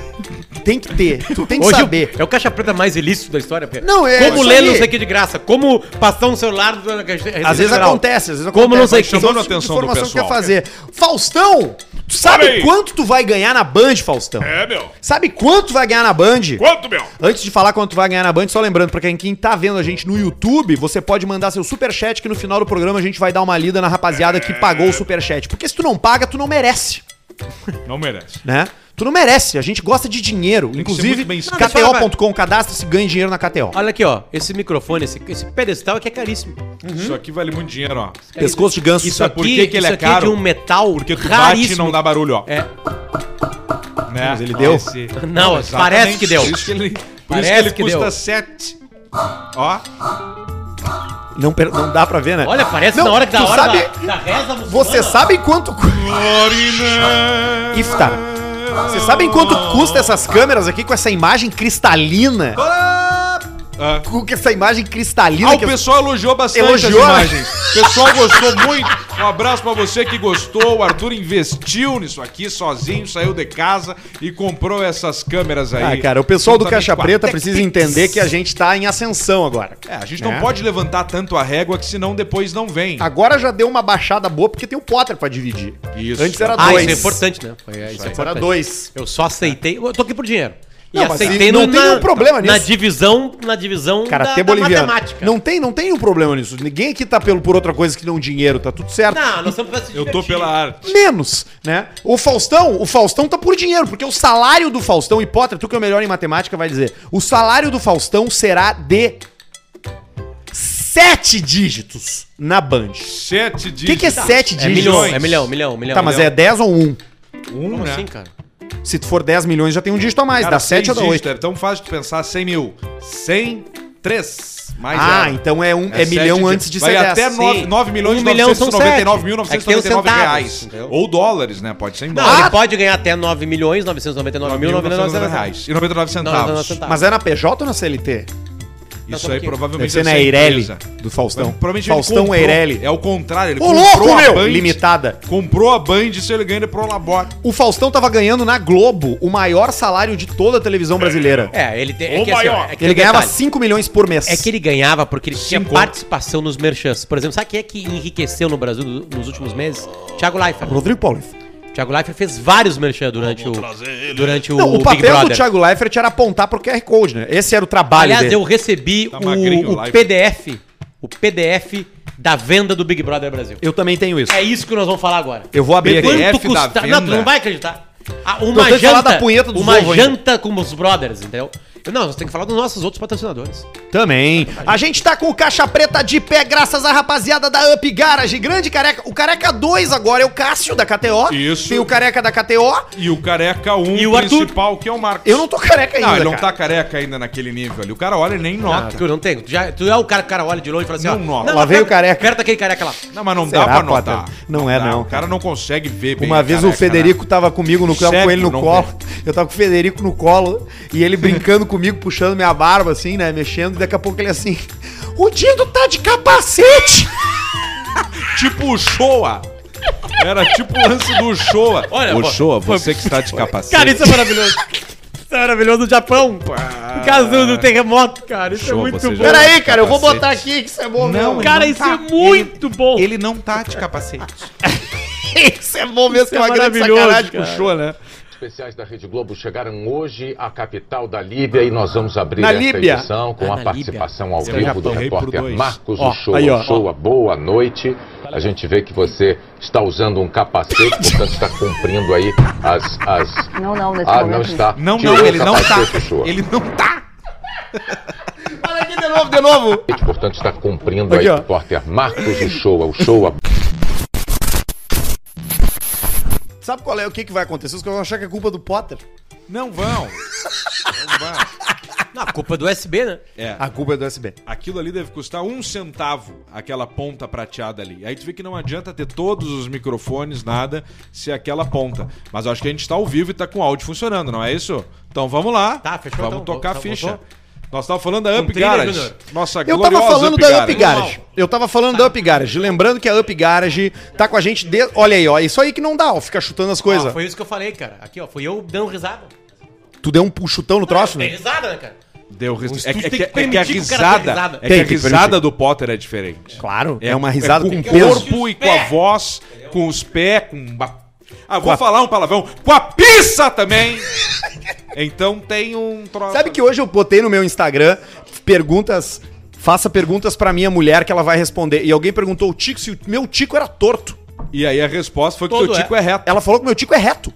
tem que ter. Tu tem que Hoje saber. o- é o caixa preta mais ilícito da história, Pedro. Não, é Como isso ler aí. não sei o que de graça. Como passar um celular. do- da- da- Às vezes geral. acontece, às vezes acontece. Como não sei Mas quem. chamando Chamando a a atenção do informação que quer pessoal. fazer. Faustão, tu sabe Olha aí. quanto tu vai ganhar na Band, Faustão? É, meu. Sabe quanto tu vai ganhar na Band? Quanto, meu? Antes de falar quanto vai ganhar na Band, só lembrando pra quem, quem tá vendo a gente no YouTube, você pode mandar seu superchat que no final do programa a gente vai dar uma lida na rapaziada que pagou o superchat. Porque se tu não paga, tu não merece, Não merece. né? Tu Tu não merece. A gente gosta de dinheiro. Tem que ser Inclusive, muito bem escrito. KTO.com, cadastra-se, ganha dinheiro na KTO. Olha aqui, ó. Esse microfone, esse, esse pedestal aqui é caríssimo. Uhum. Isso aqui vale muito dinheiro, ó. Pescoço de ganso. Isso Sabe por que que ele é aqui caro? de um metal Porque tu bate e raríssimo. não dá barulho, ó. É. Né? É, Mas ele deu? Esse- Não, exatamente. parece que deu. Por isso que ele, por Parece isso que ele que custa deu. 7. Ó, Não, per- não dá pra ver, né? Olha, parece Não, na hora que da tu hora sabe- da, da reza muçulmana. Você sabe quanto. cu- Iftar. Vocês sabem quanto custa essas câmeras aqui com essa imagem cristalina? Ah. Com essa imagem cristalina Ah, o que as- pessoal elogiou bastante Elogiou, né? as imagens. O pessoal gostou muito. Um abraço pra você que gostou. O Arthur investiu nisso aqui sozinho, saiu de casa e comprou essas câmeras aí. Ah, cara, o pessoal do Juntamente Caixa com a Preta Tech precisa Pix. entender que a gente tá em ascensão agora. É, a gente não pode levantar tanto a régua que senão depois não vem. Agora já deu uma baixada boa porque tem o Potter pra dividir. Isso. Antes era Ah, dois. isso é importante, né? Foi- isso é Antes era importante. dois. Eu só aceitei. Eu tô aqui por dinheiro. E Não, mas aceitei não no- tem nenhum problema Na nisso. divisão, na divisão Karatê boliviano. matemática. Não tem, não tem um problema nisso. Ninguém aqui tá pelo, por outra coisa que não dinheiro, tá tudo certo. não, nós estamos pra se Eu tô divertir. pela arte. menos, né? O Faustão, o Faustão tá por dinheiro, porque o salário do Faustão, Hipótese, tu que é o melhor em matemática, vai dizer, o salário do Faustão será de sete dígitos na Band. Sete O dias. que, que é sete É dígitos? milhão, Milhões. é milhão, milhão, milhão. Tá, mas milhão. é 10 ou 1? Um, Como né? assim, cara? Se tu for 10 milhões, já tem um dígito a mais, Cara, dá 7 ou seis dá 8. dígitos, É tão fácil de pensar 100 mil. 100, 3. Mais Ah, zero. então é, um, é, sete milhão dígitos. antes de Vai ser até 10. 9, Sim. 9 milhões Um e milhão são 999 mil sete. É que tem os 999 centavos, reais. entendeu? Ou dólares, né? Pode ser em Não, Ah! dólar. ele pode ganhar até 9 milhões, 999 mil, 99 reais. reais. E 99 centavos. Mas é na PJ ou na CLT? Isso Não, aí só um Tá Deve provavelmente ser na essa Eireli, empresa. do Faustão. Provavelmente ele Faustão comprou. Eireli. É o contrário. Ele Ô, louco, a meu! Band, Limitada. Comprou a Band se ele ganha pro Labor. O Faustão tava ganhando na Globo o maior salário de toda a televisão brasileira. É, ele tem. É Ou que, assim, ó, maior. é que Ele tem um ganhava detalhe. 5 milhões por mês. É que ele ganhava porque ele tinha Cinco. participação nos merchants. Por exemplo, sabe quem é que enriqueceu no Brasil no- nos últimos meses? Thiago Leifert. Rodrigo Paulista. Thiago Leifert fez vários merchants durante o, durante o, Não, o Big papel do Brother. Thiago Leifert era apontar pro QR Code, né? Esse era o trabalho Aliás, dele. eu recebi Tá o- magrinho, o, Leifert. PDF, o PDF da venda do Big Brother Brasil. Eu também tenho isso. É isso que nós vamos falar agora. Eu vou abrir aqui. PDF. Quanto da custa? venda? Não, tu não vai acreditar. Ah, Nós Uma temos que falar janta, da punheta do uma Volvo ainda. janta com os brothers, entendeu? Não, nós temos que falar dos nossos outros patrocinadores. Também. A gente tá com o Caixa Preta de pé, graças à rapaziada da Up Garage. Grande careca. O careca 2 agora é o Cássio da KTO. Isso. Tem o careca da KTO. E o careca 1 E o Arthur? principal, que é o Marcos. Eu não tô careca ainda. Não, ele não cara. tá careca ainda naquele nível ali. O cara olha e nem Ah, nota. tu não tem. Tu, já, tu é o cara que o cara olha de longe e fala assim, Não ó. nota. Lá vem perto- o careca. Perto daquele careca lá. Não, mas não Será, dá pra Potter? notar. Não é, dá. não. O cara não consegue ver bem. Uma vez careca, né? o Federico tava comigo, no, tava Cego, com ele no não colo. Eu tava com o Federico no colo e ele brincando comigo, puxando minha barba, assim, né? Mexendo, e daqui a pouco ele assim. O Dido tá de capacete! né? Tipo o Showa. Era tipo o lance do Showa. Olha, Ô, pô, Showa, você que está de capacete. Cara, isso é maravilhoso. isso é maravilhoso no Japão. Ah. Por causa do- do terremoto, cara. Isso Show, é muito você bom. já- Pera aí, cara, eu vou Capacete. botar aqui que isso é bom Não, mesmo. Cara, não isso tá. é muito bom. Ele não tá de capacete. isso é bom mesmo, que é uma grande maravilhoso, sacanagem com o cara. show, né? especiais da Rede Globo chegaram hoje à capital da Líbia e nós vamos abrir Na esta Líbia. edição com Ah, a na participação ao Será que vivo do Japão? Rei por repórter dois. Marcos Ó, Uchoa. aí, ó. Uchoa, boa noite. A gente vê que você está usando um capacete, portanto está cumprindo aí as... as... Não, não, nesse Ah, momento não está. Não, Tirou não, o ele não tá. capacete, Uchoa. Ele não tá. Olha aqui de novo, de novo. Portanto está cumprindo Aqui, aí ó. o repórter Marcos Uchoa. Uchoa, Sabe qual é o que, que vai acontecer? Os caras vão achar que é culpa do Potter. Não vão. Não vão. Não, a culpa é do SB, né? É. A culpa é do SB. Aquilo ali deve custar um centavo, aquela ponta prateada ali. Aí tu vê que não adianta ter todos os microfones, nada, se é aquela ponta. Mas eu acho que a gente tá ao vivo e tá com o áudio funcionando, não é isso? Então vamos lá. Tá, fechou, Vamos então. tocar a Voltou, ficha. voltou. Nós tava falando da Up trilha, Garage. Júnior. Nossa Eu tava gloriosa falando da Up Garage. Normal. Eu tava falando da Up Garage. Lembrando que a Up Garage tá com a gente. De... Olha aí, ó. é Isso aí que não dá, ó. Fica chutando as coisas. Ó, Ah, foi isso que eu falei, cara. Aqui, ó. Fui eu dando risada. Tu deu um pu- chutão no troço, Tem né? risada, né, cara? Deu res... estúdio é, que- é tem que, que é que a permitir que o cara tenha risada, risada. é que Tem a que risada permitir. do Potter é diferente. Claro. É, uma risada com com, o peso. corpo e Os com a pés. voz, com os pés, com. ba- Ah, vou falar um palavrão. Com a pizza também! então tem um troço. Sabe que hoje eu botei no meu Instagram perguntas. Faça perguntas pra minha mulher que ela vai responder. E alguém perguntou o tico se o meu tico era torto. E aí a resposta foi que o Todo teu tico é, reto. Ela falou que meu tico é reto.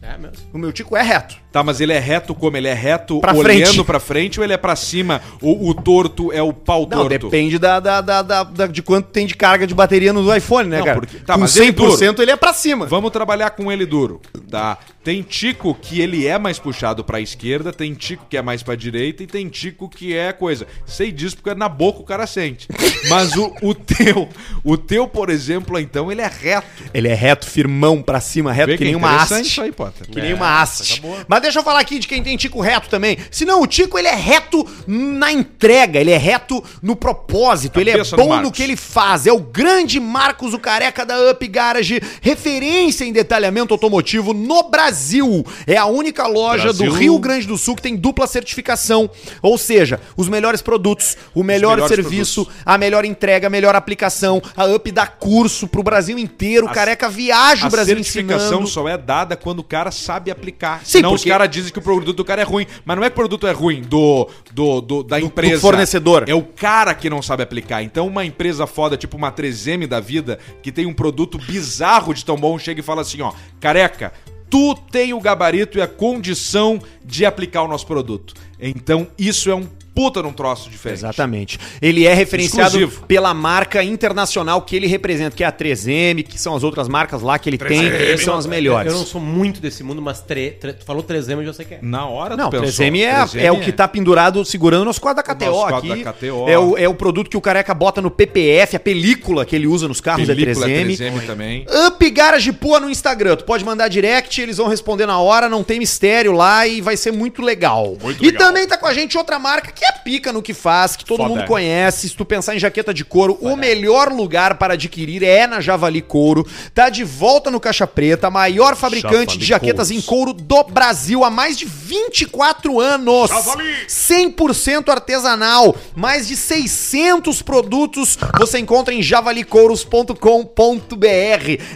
É, É mesmo. O meu tico é reto. Tá, mas ele é reto como? Ele é reto Pra olhando frente. pra frente ou ele é pra cima? Ou o torto é o pau Não, torto? depende da, da- da- da- da- de quanto tem de carga de bateria no iPhone, né, Não, cara? porque- tá, Com mas ele 100% ele é pra cima. Vamos trabalhar com ele duro, tá? Tem tico que ele é mais puxado pra esquerda, tem tico que é mais pra direita e tem tico que é coisa. Sei disso porque na boca o cara sente. Mas o, o teu, o teu, por exemplo, então, ele é reto. Ele é reto, firmão, pra cima, reto, Vê É é que nem uma interessante haste. isso aí, Potter. Que nem uma haste. Mas deixa eu falar aqui de quem tem tico reto também. Senão o tico, ele é reto na entrega, ele é reto no propósito, ele é Cabeça do bom no Marcos. que ele faz. É o grande Marcos, o careca da Up Garage, referência em detalhamento automotivo no Brasil. É a única loja Brasil. do Rio Grande do Sul que tem dupla certificação. Ou seja, os melhores produtos, o melhor melhores serviço, a melhor entrega, a melhor aplicação. A Up dá curso pro Brasil inteiro. O A- careca viaja o A Brasil certificação ensinando. só é dada quando o cara sabe aplicar. Sim, Senão porque- os caras dizem que o produto do cara é ruim. Mas não é que o produto é ruim do, do, do- da empresa. do fornecedor. É o cara que não sabe aplicar. Então uma empresa foda, tipo uma 3M da vida, que tem um produto bizarro de tão bom, chega e fala assim, ó, careca, tu tem o gabarito e a condição de aplicar o nosso produto. Então isso é um puta num troço diferente. Exatamente. Ele é referenciado Exclusivo. pela marca internacional que ele representa, que é a 3M, que são as outras marcas lá que ele tem, que são as melhores. Eu não sou muito desse mundo, mas tre, tre, tu falou 3M, eu já sei que é. Na hora Não, tu pensou. 3M, é, é o que tá pendurado, segurando nos quadros da KTO nosso quadro aqui. da KTO. É, o, é o produto que o careca bota no PPF, a película que ele usa nos carros Película é 3M. 3M também. Up Garage Pua no Instagram. Tu pode mandar direct, eles vão responder na hora, não tem mistério lá e vai ser muito legal. Muito e legal. também tá com a gente outra marca que é pica no que faz, que todo Foda. mundo conhece. Se tu pensar em jaqueta de couro, o melhor lugar para adquirir é na Javali Couro. Tá de volta no Caixa Preta, a maior fabricante Javali de jaquetas em Couros. couro do Brasil há mais de 24 anos. Javali! 100% artesanal. Mais de 600 produtos você encontra em javalicouros.com.br.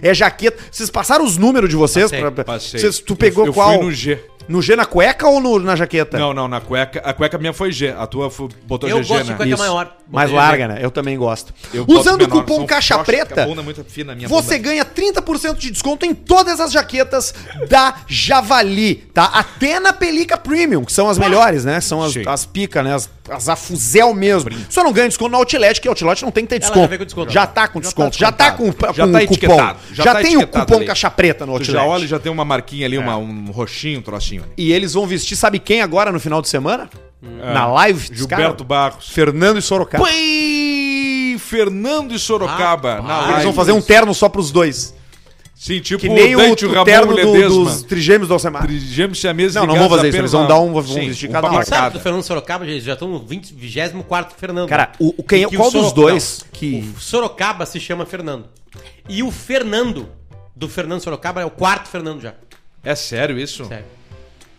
É jaqueta. Vocês passaram os números de vocês? Passei, Pra- pra- passei. Vocês, tu pegou Eu- eu qual? fui no G. No G na cueca ou no- na jaqueta? Não, não, na cueca. A cueca minha foi G. A tua fu- botou Eu GG, gosto de né? cueca Isso. maior. Mais Botei larga, né? Eu também gosto. Eu boto Usando o menor, cupom são Caixa frouxos, porque Preta. A bunda é muito fina, a minha Você bunda. ganha 30% de desconto em todas as jaquetas da Javali, tá? Até na Pelica Premium, que são as melhores, né? São as, Sim. as pica, né? As, as a fuzel mesmo. Só não ganha desconto no Outlet, que Outlet não tem que ter Ela desconto. já vem com desconto. Já tá com desconto. Já tá, com, com Já tá o cupom. etiquetado, Já, já tá tem o etiquetado cupom ali. Caixa Preta no Tu Outlet. já olha e já tem uma marquinha É. ali, uma- um roxinho, um trocinho. ali. E eles vão vestir, sabe é quem agora no final de semana? Hum. Na live? dos Gilberto caras? Barros. Fernando e Sorocaba. Pai, Fernando e Sorocaba. Rapaz. na Eles Eles live. vão fazer um terno só pros dois. Sim, tipo Que nem o, Dante, o o Ramon terno do- Ledesma. dos trigêmeos do Alcemar. Trigêmeos siameses Não, não ligados vão fazer isso, apenas eles vão a- dar um- vão vestir um cada pra um. Mas sabe cada. do Fernando Sorocaba, eles já estão no 20, 24 Fernando. Cara, o, o E quem, que qual dos Soro- dois não, que... O Sorocaba se chama Fernando. E o Fernando, do Fernando Sorocaba, é o quarto Fernando já. É sério isso? Sério.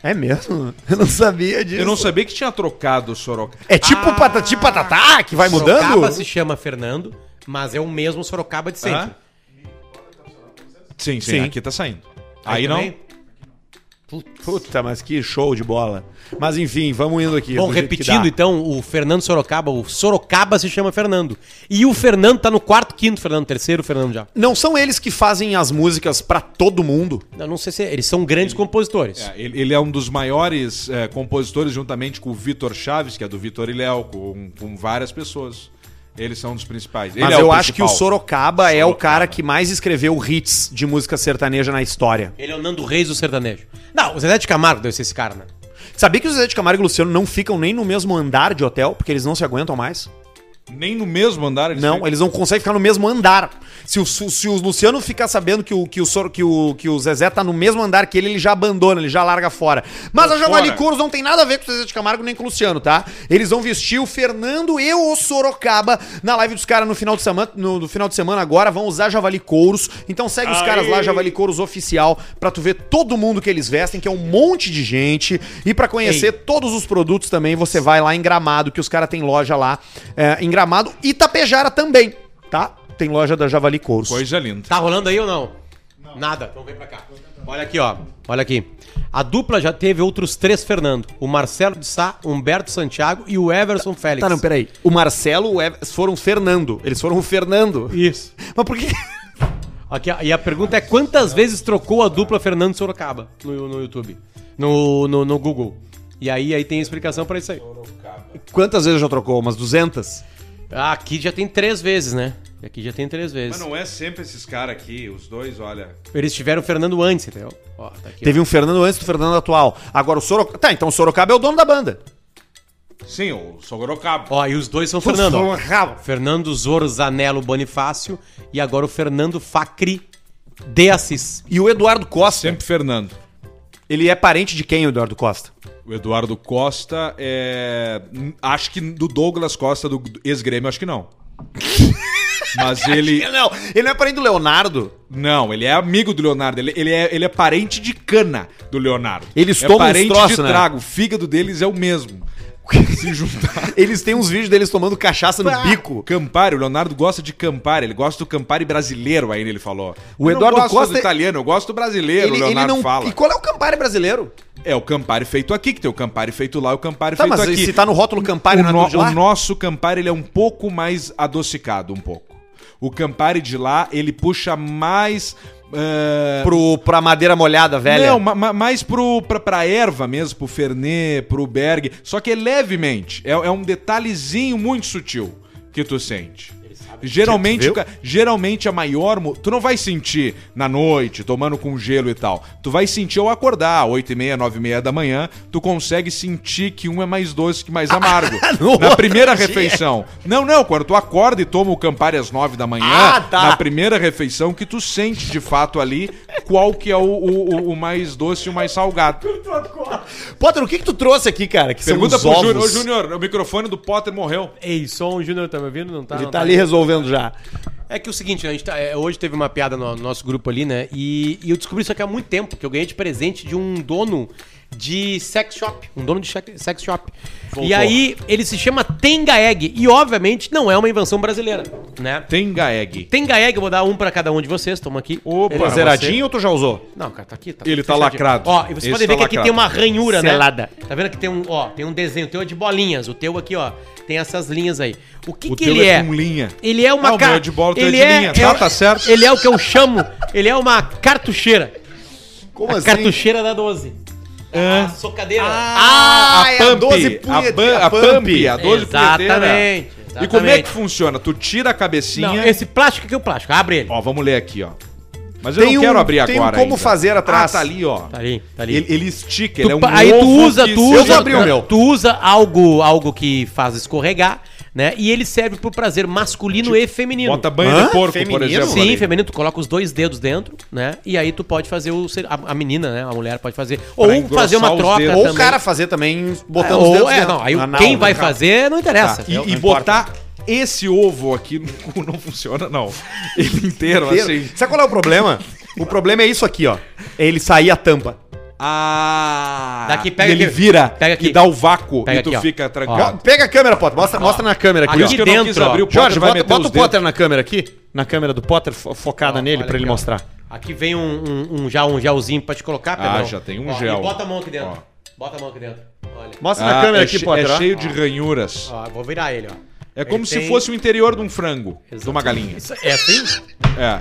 É mesmo? Eu não sabia disso. Eu não Ah. sabia que tinha trocado o Sorocaba. É tipo o patati patatá que vai Sorocaba mudando? se chama Fernando, mas é o mesmo Sorocaba de sempre. Hã? Sim, sim, Sim. aqui tá saindo. Ah, Aí, não. também? Puta, mas que show de bola. Mas enfim, vamos indo aqui. Bom, do jeito que repetindo dá. então, o Fernando Sorocaba, o Sorocaba se chama Fernando. E o Fernando tá no quarto, quinto Fernando, terceiro Fernando já. Não são eles que fazem as músicas pra todo mundo? Eu não sei se é, eles são grandes compositores. É, ele, ele é um dos maiores eh, compositores, juntamente com o Vitor Chaves, que é do Vitor e Léo, com, com várias pessoas. Eles são um dos principais. Ele Mas é eu acho que o principal. Sorocaba, é o cara que mais escreveu hits de música sertaneja na história. Ele é o Nando Reis do sertanejo. Não, o Zé de Camargo deve ser esse cara, né? Sabia que o Zé de Camargo e o Luciano não ficam nem no mesmo andar de hotel, porque eles não se aguentam mais? Nem no mesmo andar eles Não, é- ficam. eles não conseguem ficar no mesmo andar. Se o, Su- se o Luciano ficar sabendo que o, que, o, Sor- que, o, que o Zezé tá no mesmo andar que ele, ele já abandona, ele já larga fora. Mas a Javali fora. Couros não tem nada a ver com o Zezé de Camargo nem com o Luciano, tá? Eles vão vestir o Fernando e o Sorocaba na live dos caras no final de semana, no, no final de semana agora, vão usar Javali Couros. Então segue os Aí. caras lá, Javali Couros oficial, pra tu ver todo mundo que eles vestem, que é um monte de gente. E pra conhecer todos os produtos também, você vai lá em Gramado, que os caras têm loja lá é, em Gramado e Tapejara também, tá? Tem loja da Javali Couros. Coisa linda. Tá rolando aí ou não? Nada, então vem pra cá. Olha aqui, ó. Olha aqui. A dupla já teve outros três Fernando. O Marcelo de Sá, Humberto Santiago e o Everson Félix. Tá, não, peraí. O Marcelo e o Ev- foram Fernando. Eles foram o Fernando. Isso. Mas por que... Aqui, a- e a pergunta é quantas vezes trocou a dupla Fernando Sorocaba no, no YouTube, no, no, no Google. E aí, aí tem explicação pra isso aí. Quantas vezes já trocou? Umas 200? Ah, aqui já tem três vezes, né? Aqui já tem três vezes. Mas não é sempre esses caras aqui, os dois, olha. Eles tiveram o Fernando antes, entendeu? Ó, tá aqui. ó. Teve um Fernando antes do Fernando atual. Agora o Sorocaba. Tá, então o Sorocaba é o dono da banda. Sim, o Sogorocaba. Ó, e os dois são Fernando. ó. Sorocaba. Fernando Zorzanello Bonifácio e agora o Fernando Facri de Assis. E o Eduardo Costa, Sempre Fernando. ele é parente de quem, o Eduardo Costa? O Eduardo Costa é. hum, Acho que do Douglas Costa, do ex-grêmio, acho que não. Mas ele. Não, ele não é parente do Leonardo. Não, ele é amigo do Leonardo. Ele, ele é, ele é parente de cana do Leonardo. Eles é tomam uns parente troços, de né? trago. O fígado deles é o mesmo. Se juntar. Eles têm uns vídeos deles tomando cachaça Ah. no bico. Campari, o Leonardo gosta de Campari, ele gosta do Campari brasileiro ainda, ele falou. O Eu Eduardo não gosto Costa do é- italiano, eu gosto do brasileiro, Ele, o ele Leonardo não. fala. E qual é o Campari brasileiro? É o Campari feito aqui, que tem o Campari feito lá, o Campari Tá, feito mas aqui. se tá no rótulo Campari, o, não é no- do de lá? o nosso Campari ele é um pouco mais adocicado, um pouco. O Campari de lá, ele puxa mais ah, Pro, pra madeira molhada, velha. não, ma- ma- mais pro, pra, pra erva mesmo, pro Fernet, pro Berg. Só que é levemente. É, é um detalhezinho muito sutil que tu sente. Geralmente, viu? o ca- geralmente a maior. mu- Tu não vai sentir na noite, tomando com gelo e tal. Tu vai sentir ao acordar, 8 e meia, 9 e meia da manhã. Tu consegue sentir que um é mais doce que mais amargo. No na outro primeira dia. refeição. Não, não. Quando tu acorda e toma o Campari às 9 da manhã, Ah, tá. Né? na primeira refeição que tu sente de fato ali qual que é o, o- o- o mais doce e o mais salgado. Potter, o que que tu trouxe aqui, cara? Que Pergunta são pro os Júnior. Ô, ovos. Júnior, o microfone do Potter morreu. Ei, só o Júnior tá me ouvindo? Não tá? Ele não tá ali resolvendo já. É que é o seguinte, né, a gente tá- é, hoje teve uma piada no, no nosso grupo ali, né? E, e eu descobri isso aqui há muito tempo, que eu ganhei de presente de um dono de sex shop. Um dono de cheque- sex shop. E aí, ele se chama Tenga Egg. E, obviamente, não é uma invenção brasileira, né? Tem gaeg. Tenga Egg, eu vou dar um pra cada um de vocês. Toma aqui. Opa, Ele é Zeradinho ou tu já usou? Não, cara, tá aqui. Tá Ele tá fechadinho. lacrado. Ó, e vocês Esse podem tá ver que aqui lacrado. tem uma ranhura, Selada. né? Tá vendo que tem um, ó, tem um desenho. O teu é de bolinhas. O teu aqui, ó, tem essas linhas aí. O que O que teu ele é é? com linha. Ele é uma Ah, o ca- meu é de bola, o teu é ele de é, linha. é- Tá, tá certo. Ele é o que eu chamo, ele é uma cartucheira. Como assim? a assim? cartucheira da 12. A socadeira. Ah, é a Pump, 12 a, punhete- ban- a a pump, pump. a 12 punheteira. E Exatamente, como é exatamente. que funciona? Tu tira a cabecinha. Não, esse plástico aqui é o plástico. Abre ele. Ó, vamos ler aqui, ó. Mas eu Tem não um- quero abrir tem um agora. como ainda. fazer atrás. Ah, tá ali, ó. Tá ali, tá ali. Ele, ele estica, Tu ele é um pa- aí tu ovo usa, que tu se- usa, Eu vou abrir o tu- meu. tu usa algo, algo que faz escorregar, né? E ele serve pro prazer masculino e feminino. Bota banho Hã? de porco, por Feminino? exemplo. eu Sim, ali. feminino, tu coloca os dois dedos dentro, né? E aí tu pode fazer o ser- a, a menina, né? A mulher pode fazer ou engrossar fazer uma os troca dedos. Ou também. o cara fazer também, é, botando os ou, dedos é, dentro. não, aí Anal, quem né? vai fazer não interessa. E, Não Tá, e importa. botar esse ovo aqui no cu não funciona, não. Ele inteiro, assim. Sabe qual é o problema? O problema é isso aqui, ó. É ele sair a tampa. Ah! Daqui, pega e ele aqui. vira Pega aqui. e dá o vácuo Pega e tu aqui, ó. fica Ó, trancado. Pega a câmera, Potter. Mostra, mostra na câmera aqui, Aqui ó. Por isso que eu não dentro, quis ó. abrir o Potter, Jorge, vai bota, meter bota os o dedos. Potter na câmera aqui. Na câmera do Potter, fo- focada Ó, nele olha pra ele aqui, ó. mostrar. Aqui vem um, um, um já um gelzinho pra te colocar, Ah, Pedrão. já tem um Ó, gel. e Bota a mão aqui dentro. Ó. Bota a mão aqui dentro. Olha. Mostra Ah, na câmera é aqui, che- Potter. É ó. cheio de ranhuras. Ó, vou virar ele, ó. É como se fosse um o interior de um frango, de uma galinha. É assim?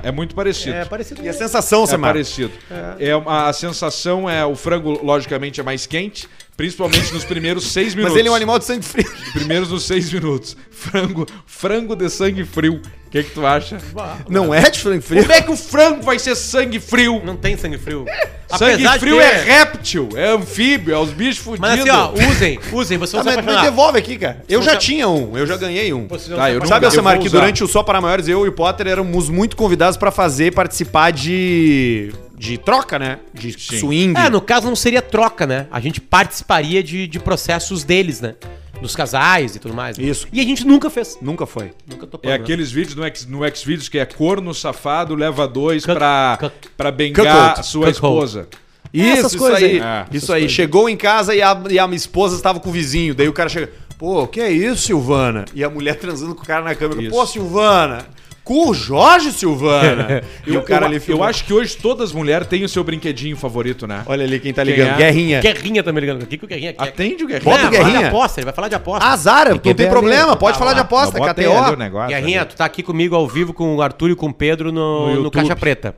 É, é muito parecido. É É. parecido. E a sensação, Samara? parecido. É uma- a sensação é o frango, logicamente, é mais quente, principalmente nos primeiros seis minutos. Mas ele é um animal de sangue frio. Primeiros dos seis minutos. Frango, frango de sangue frio. O que, que tu acha? Não é de sangue frio? Como é que o frango vai ser sangue frio? Não tem sangue frio. Sangue Apesar de frio ter- é réptil, é anfíbio, é os bichos fudidos. Mas assim, ó, usem, usem, vocês vão Ah, Tá, mas se me apaixonar. devolve aqui, cara. Eu já Você- tinha um, eu já ganhei um. Vocês vão Tá, se eu não- apaixonar. Sabe, Samar, vou que usar. durante o Só para Maiores, eu e o Potter éramos muito convidados pra fazer, participar de. de troca, né? De swing. É, no caso não seria troca, né? A gente participaria de, de processos deles, né? Dos casais e tudo mais. né? Isso. E a gente nunca fez. Nunca foi. Nunca topou. É né? aqueles vídeos no X, no Xvideos que é corno safado, leva dois pra, cuck- pra bengar cuckold, sua cuckold. esposa. Isso, essas isso coisas aí. aí. É, isso aí. Chegou em casa e a, e a minha esposa estava com o vizinho. Daí o cara chega. Pô, que é isso, Silvana? E a mulher transando com o cara na câmera. Isso. Pô, Silvana, cu, Jorge Silvana. e Eu, o cara eu- ali eu filmou. acho que hoje todas as mulheres têm o seu brinquedinho favorito, né? Olha ali quem tá Quem ligando. é? Guerrinha. Guerrinha também ligando. O que, que o Guerrinha quer? Atende o Guerrinha. Bota Não, o Guerrinha. fala de aposta, ele vai falar de aposta. Ah, Zara, não que tem ver ali, problema, tá pode falar de lá. aposta, Mas bota aí ali o KTO. negócio, Guerrinha, ali. tu tá aqui comigo ao vivo com o Arthur e com o Pedro no, No no, YouTube. Caixa Preta.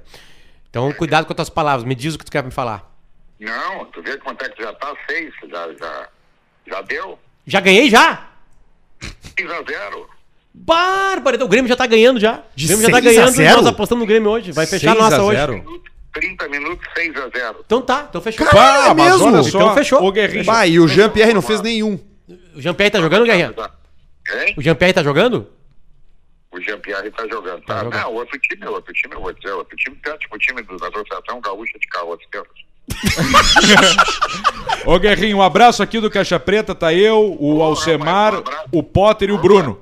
Então, cuidado com as tuas palavras. Me diz o que tu quer me falar. Não, tu vê quanto é que já tá? Seis, já, já, já deu? Já ganhei já? 6 a 0. Bárbara, o Grêmio já tá ganhando já. De o Grêmio já tá 6 a ganhando, 0? nós apostando no Grêmio hoje. Vai fechar a 6 nossa hoje. 0. 30 minutos, 6 a 0. Então tá, então fechou. Caralho, é Pá, Ah, mas mesmo? olha só. Então fechou. O Guerrinha. Bah, e o Jean-Pierre não fez nenhum. O Jean-Pierre tá jogando, Guerrinha? Hein? O Jean-Pierre tá jogando? O Jean-Pierre tá jogando. Tá, jogando. Não, outro time, outro time, outro time, outro time, tá, tipo o time do- da Associação Gaúcha de Carros. Ô Guerrinho, um abraço aqui do Caixa Preta, tá eu, o Alcemar, um abraço. o Potter e o Bruno.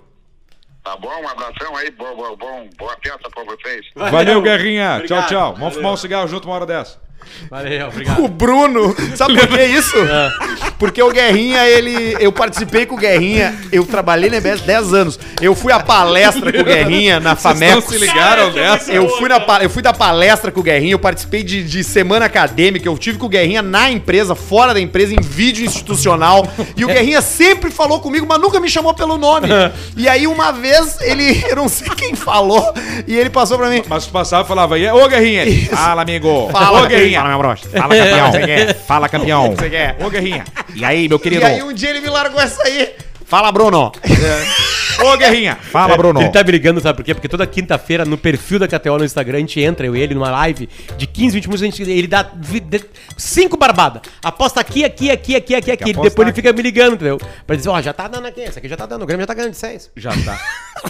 Tá bom? Um abração aí, bom, bom, bom, boa peça pra vocês. Valeu, Guerrinha. Tchau, tchau. Vamos fumar um cigarro junto uma hora dessa. Valeu, obrigado. O Bruno, sabe por que isso? É. Porque o Guerrinha, ele. Eu participei com o Guerrinha, eu trabalhei na EBS 10 anos. Eu fui à palestra com o Guerrinha na Não Fameco. se ligaram dessa? Eu fui, na, pa- eu fui da palestra com o Guerrinha, eu participei de, de semana acadêmica, eu tive com o Guerrinha na empresa, fora da empresa, em vídeo institucional. E o Guerrinha sempre falou comigo, mas nunca me chamou pelo nome. E aí, uma vez, ele. Eu não sei quem falou, e ele passou pra mim. Mas tu passava e falava, e aí, ô Guerrinha. Fala, amigo. Fala, ô Guerrinha. fala, meu broxa. Fala, campeão. Fala, campeão. Você quer? Ô Guerrinha. E aí, meu querido? E aí, um dia ele me largou essa aí. Fala, Bruno. Ô Guerrinha. É, então, Fala, Bruno. Ele tá brigando, sabe por quê? Porque toda quinta-feira, no perfil da KTO no Instagram, a gente entra, eu e ele, numa live de 15, 20 minutos, a gente- ele dá vi- de- cinco barbadas. Aposta aqui, aqui, aqui, aqui, aqui, aqui. apostar Depois ele fica me ligando, entendeu? Pra dizer, ó, já tá dando aqui, essa aqui já tá dando, o Grêmio já tá ganhando de 6. Já tá.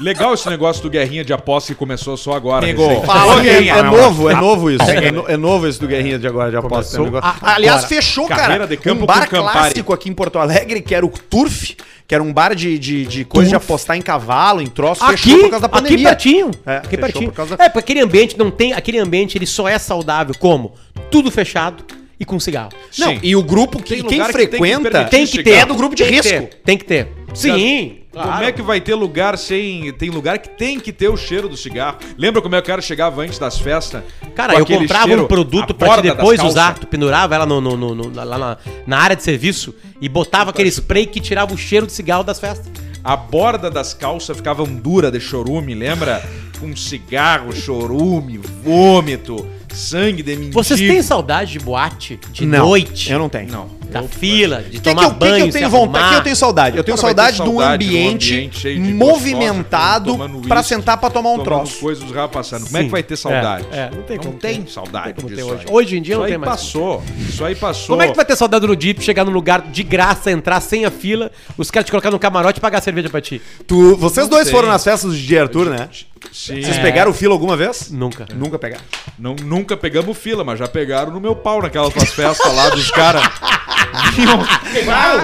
Legal esse negócio do Guerrinha de aposta que começou só agora. Pegou. recente. Fala, Ô, Guerrinha. Guerrinha. É novo, é novo isso. É, no- é novo esse do Guerrinha de agora, de aposta. Começou esse negócio. a- Aliás, agora. fechou, Carreira cara, de campo um bar com Campari. clássico aqui em Porto Alegre, que era o Turf, que era um bar de, de, de coisa de apostar em cavalo, em troço, Aqui, por causa da aqui pandemia. pertinho. É, aqui fechou pertinho. por causa da- É, porque aquele ambiente não tem. Aquele ambiente ele só é saudável como? Tudo fechado e com cigarro. Não, Sim. e o grupo que Tem quem lugar que tem que frequenta permitir Tem que ter. cigarro. é do grupo de Tem que risco. ter, Tem que ter. Sim. Como é que vai ter lugar sem. Tem lugar que tem que ter o cheiro do cigarro. Lembra como é que o cara chegava antes das festas? Cara, Com eu aquele comprava cheiro, um produto a pra borda te das depois calças? usar. Tu pendurava ela no, no- no- no- lá na, na área de serviço e Então, botava aquele spray que tirava o cheiro de cigarro das festas. A borda das calças ficavam dura de chorume, lembra? Com cigarro, chorume, vômito, sangue de mendigo. Vocês têm saudade de boate, de Não, noite? eu não tenho. Não. Da fila, de O que, que, tomar eu, que que eu banho, se tenho vontade? O que arrumar. eu tenho saudade? Eu tenho Cara, vai saudade, ter de um saudade de um ambiente, ambiente cheio de movimentado gostosa, tomando pra uísque, sentar pra tomar um Tomando troço. coisas dos rapazes passando. Como é que vai ter saudade? É, é, não tem como ter. saudade Como tem disso hoje. aí. hoje em dia Isso não aí tem mais. passou. Isso aí passou. Como é que vai ter saudade do Dip chegar num lugar de graça, entrar sem a fila, os caras te colocar no camarote e pagar a cerveja pra ti? Tu, vocês dois sei. foram nas festas do Didi Arthur, né? Sim. Vocês pegaram o fila alguma vez? Nunca. Nunca pegaram. Não, nunca pegamos fila, mas já pegaram no meu pau naquelas tuas festas lá dos caras.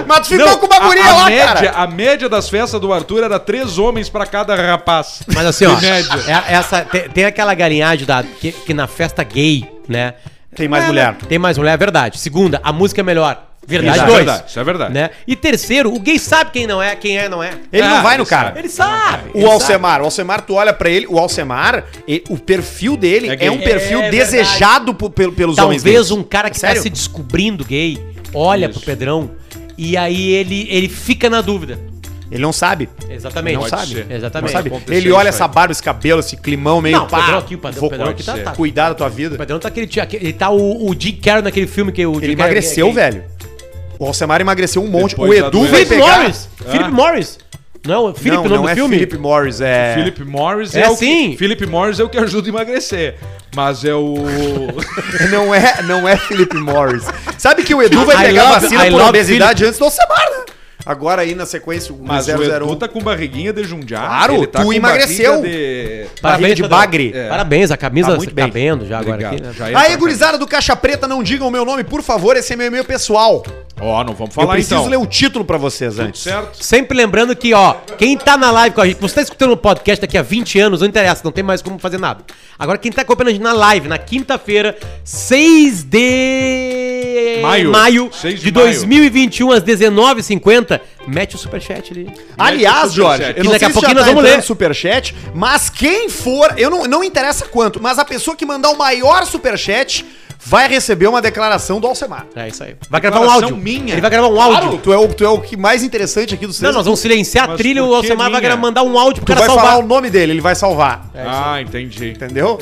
Mas tu ficou com uma guria a, a lá, média, cara. A média das festas do Arthur era três homens pra cada rapaz. Mas assim, ó, De média. é- essa, tem, tem aquela galinhagem da, que, que na festa gay, né? Tem mais É, mulher. né? Tem mais mulher, é verdade. Segunda, a música é melhor. Verdade, Isso é dois. verdade, isso é verdade. Né? E terceiro, o gay sabe quem não é, quem é, não é. Ele Ah, não vai ele no cara. Ele sabe. O Alcemar, o Alcemar, tu olha pra ele, o Alcemar, e- o perfil dele É é, gay. um perfil É verdade. desejado por- pelo- pelos homens Talvez gays. um cara que Sério? tá se descobrindo gay olha Isso. pro Pedrão e aí ele, ele fica na dúvida. Ele não sabe. Exatamente. Não Pode sabe. ser. Não Exatamente. sabe. acontecer Ele olha isso essa aí. barba, esse cabelo, esse climão meio Não, o pá. Pedrão aqui, o Pedrão- vou o Pedrão aqui cuidar tá- tá- Cuidar da tua O vida. Pedrão tá aquele. tia- Ele tá o, o Jim Carrey naquele filme que o Jim Ele Carrey emagreceu, é gay. velho. O Alcemar emagreceu um monte. Depois o da Edu doença. vai Philip pegar... Ah. Morris! Philip Morris! Não, é Philip não, o nome não do é filme? Philip Morris, é... Philip Morris É o sim. que, Philip Morris é o que ajuda a emagrecer. Mas é o. Não é, não é Felipe Morris. Sabe que o Edu vai I pegar a love- vacina I por love obesidade antes do Alcemar, né? Agora aí na sequência o mas o 001. Edu tá com barriguinha de jundiá. Claro, ele tá tu com emagreceu. barriga de- Barriga de Pedrão. bagre. É. Parabéns, a camisa Tá tá, muito bem. cabendo já agora Obrigado. aqui, né? Já ia Aí, pra- gurizada do Caixa Preta, não digam o meu nome, por favor, esse é meu é e-mail pessoal. Ó, não vamos Eu falar preciso então. ler o título pra vocês antes. Certo? Sempre lembrando que, ó, quem tá na live com a gente, você tá escutando o podcast daqui a 20 anos, não interessa, não tem mais como fazer nada. Agora, quem tá acompanhando a gente na live, na quinta-feira, 6 de Maio. 6 de, de maio. 2021, às 19h50, mete o superchat ali. Aliás, Jorge, superchat. eu E não é sei daqui a se já pouquinho nós tá vamos ler. entrando superchat, mas quem for, eu não, não interessa quanto, mas a pessoa que mandar o maior superchat vai receber uma declaração do Alcemar. É isso aí. Vai gravar um Declaração áudio. minha. Ele vai gravar um áudio. Tu é, o, tu é o que mais interessante aqui do Não, César. nós vamos silenciar a Mas trilha, por o que Alcemar vai minha? mandar um áudio pro Tu cara vai salvar. falar o nome dele, ele vai salvar. ah, entendi. Entendeu?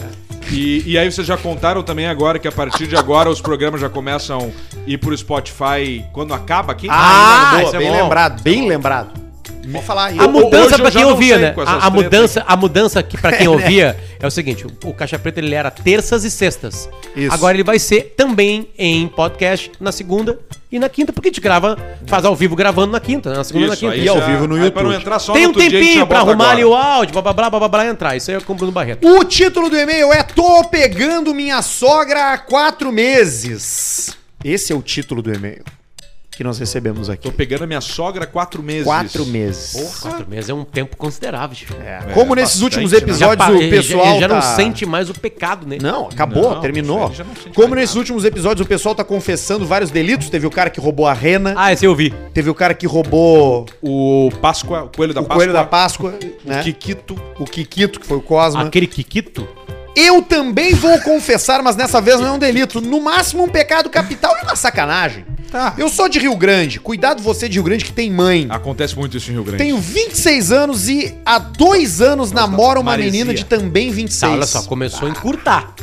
E, e aí vocês já contaram também agora que a partir de agora os programas já começam a ir pro Spotify quando acaba aqui? Ah, Ainda não, boa, isso é bem bom. lembrado, bem lembrado. Vou falar aí. A Ho- hoje mudança eu pra já quem não ouvia, sei né? com essas A, a tretas mudança, a mudança que para quem ouvia é o seguinte: o, o Caixa Preta ele era terças e sextas. Isso. Agora ele vai ser também em podcast na segunda e na quinta, porque a gente grava, faz ao vivo gravando na quinta, né? na segunda e na Isso, quinta. aí E ao já- vivo no aí Pra não YouTube. entrar só Tem no um outro dia, a gente tempinho já pra bota arrumar ali agora. o áudio, blá blá blá blá blá, blá entrar. Isso aí é com o Bruno Barreto. O título do e-mail é Tô pegando minha sogra há quatro meses. Esse é o título do e-mail que nós recebemos aqui. Tô pegando a minha sogra há quatro meses. Quatro meses. Quatro meses é um tempo considerável. gente. É, Como é nesses bastante, últimos né? Já episódios pa- o ele já- pessoal ele já não tá- sente mais o pecado, né? Não, acabou, Não, isso terminou. aí já não sente Como mais nesses últimos episódios o pessoal tá confessando vários delitos, teve o cara que roubou a rena, Ah, esse eu vi. teve o cara que roubou O Páscoa, o Coelho da o Páscoa. coelho da Páscoa, né? Kikito. O Kikito, que foi o Cosma. Aquele Kikito. Eu também vou confessar, mas dessa vez não é um delito. No máximo um pecado capital e uma sacanagem. Tá. Ah, Eu sou de Rio Grande. Cuidado você de Rio Grande que tem mãe. Acontece muito isso em Rio Grande. Tenho 26 anos e há dois anos namoro uma maresia. menina de também Tá, 26. olha só, começou a encurtar.